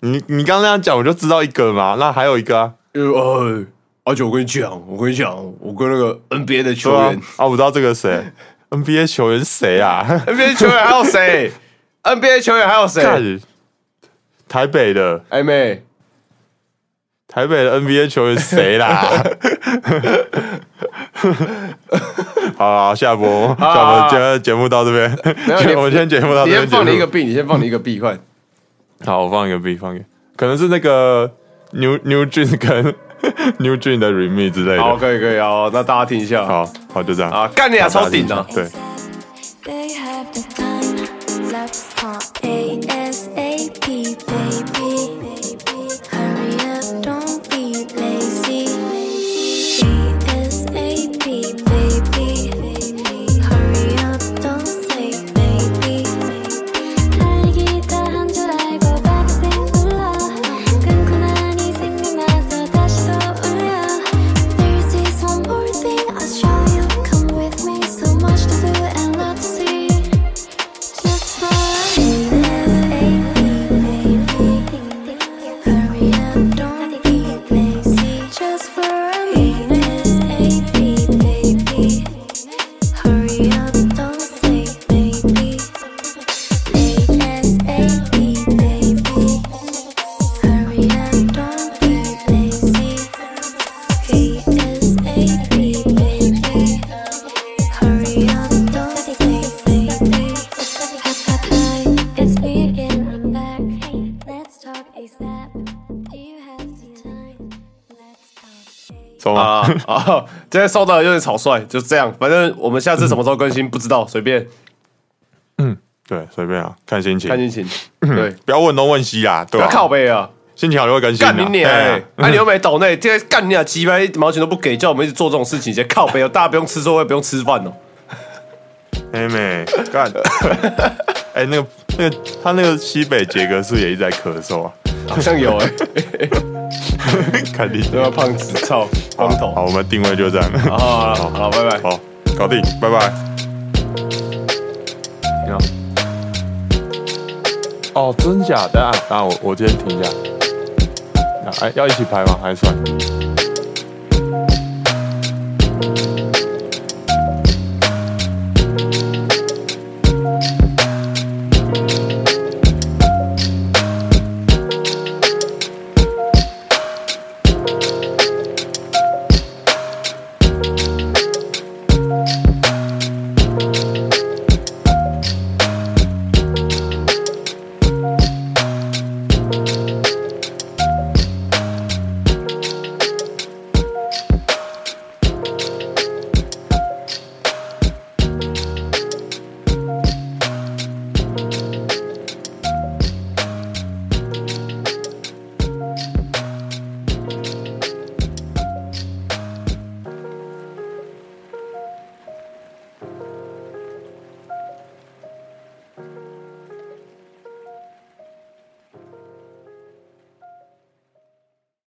S1: 你你刚刚那样讲，我就知道一个嘛。那还有一个啊，
S2: 呃，哦而且我跟你讲，我跟你讲，我跟那个 NBA 的球
S1: 对啊
S2: 员。，
S1: 啊，我知道这个
S2: *laughs*
S1: 谁，NBA 球员是谁啊？
S2: NBA 球员还有 *laughs* 谁？NBA 球员还有谁？
S1: 干，台北的
S2: 哎妹，
S1: 台北的 NBA 球员是谁
S2: *laughs*
S1: 啦？ *laughs* 好好，下播，
S2: 啊
S1: 下播，今天的节目到这边
S2: 没有你，
S1: *laughs* 我今天节目到这
S2: 你
S1: 边结束。
S2: 先放你一个币，你先放你一个币，快！
S1: 好，我放一个 B，放一个，可能是那个 New *laughs* New Jun 跟 New Jun 的 remix 之类的。
S2: *laughs* 好，可以可以，好，那大家听一下。
S1: 好好，就这样
S2: 啊，干你啊，超顶的！
S1: 对。
S3: They have the time. Let's talk ASAP, baby. Hurry up, don't be lazy. ASAP, baby. Hurry up, don't say maybe. 할 얘기가 한줄 알고 밤새 불러. 끊고 나니 생각나서 다시 떠올려. There's this one more thing I'll show you. Come with me, so much to do and lot to see. Just for minute, hurry up, don't be lazy. Just for a minute, baby, hurry up, don't say maybe. ASAP, baby. Hurry up, don't be lazy. ASAP, baby. Hurry up, don't say maybe. Hi, it's me again. I'm back. Let's talk ASAP. Do you have the time? Let's talk.
S1: 走
S2: *laughs* 啊
S1: 吗？
S2: 啊！今天收的有点草率，就这样。反正我们下次什么时候更新不知道，随便
S1: 对，随便啊，看心情
S2: 看，心情。 *laughs* 对，
S1: 不要问东问西啦，对
S2: 不
S1: 吧
S2: 要？靠背啊，
S1: 心情好就会更新啊。
S2: 干你娘！
S1: 哎
S2: 哎
S1: 呀，
S2: 啊，你又没抖内，今天干你娘鸡巴一毛钱都不给，叫我们一直做这种事情，先靠背哦，大家不用吃座位，不用吃饭哦。
S1: 妹妹，干！ *laughs* 哎，那个那个，他那个西北杰格是也一直在咳嗽啊， *laughs*
S2: 好像有 *laughs* 哎，
S1: 看你
S2: 那个啊胖子，操，光头。
S1: 好，我们定位就这样。
S2: 好好好好，拜拜。
S1: 好，搞定，拜拜。你好。哦，真假的啊？那我我今天停一下。啊哎，要一起拍吗？还是算了。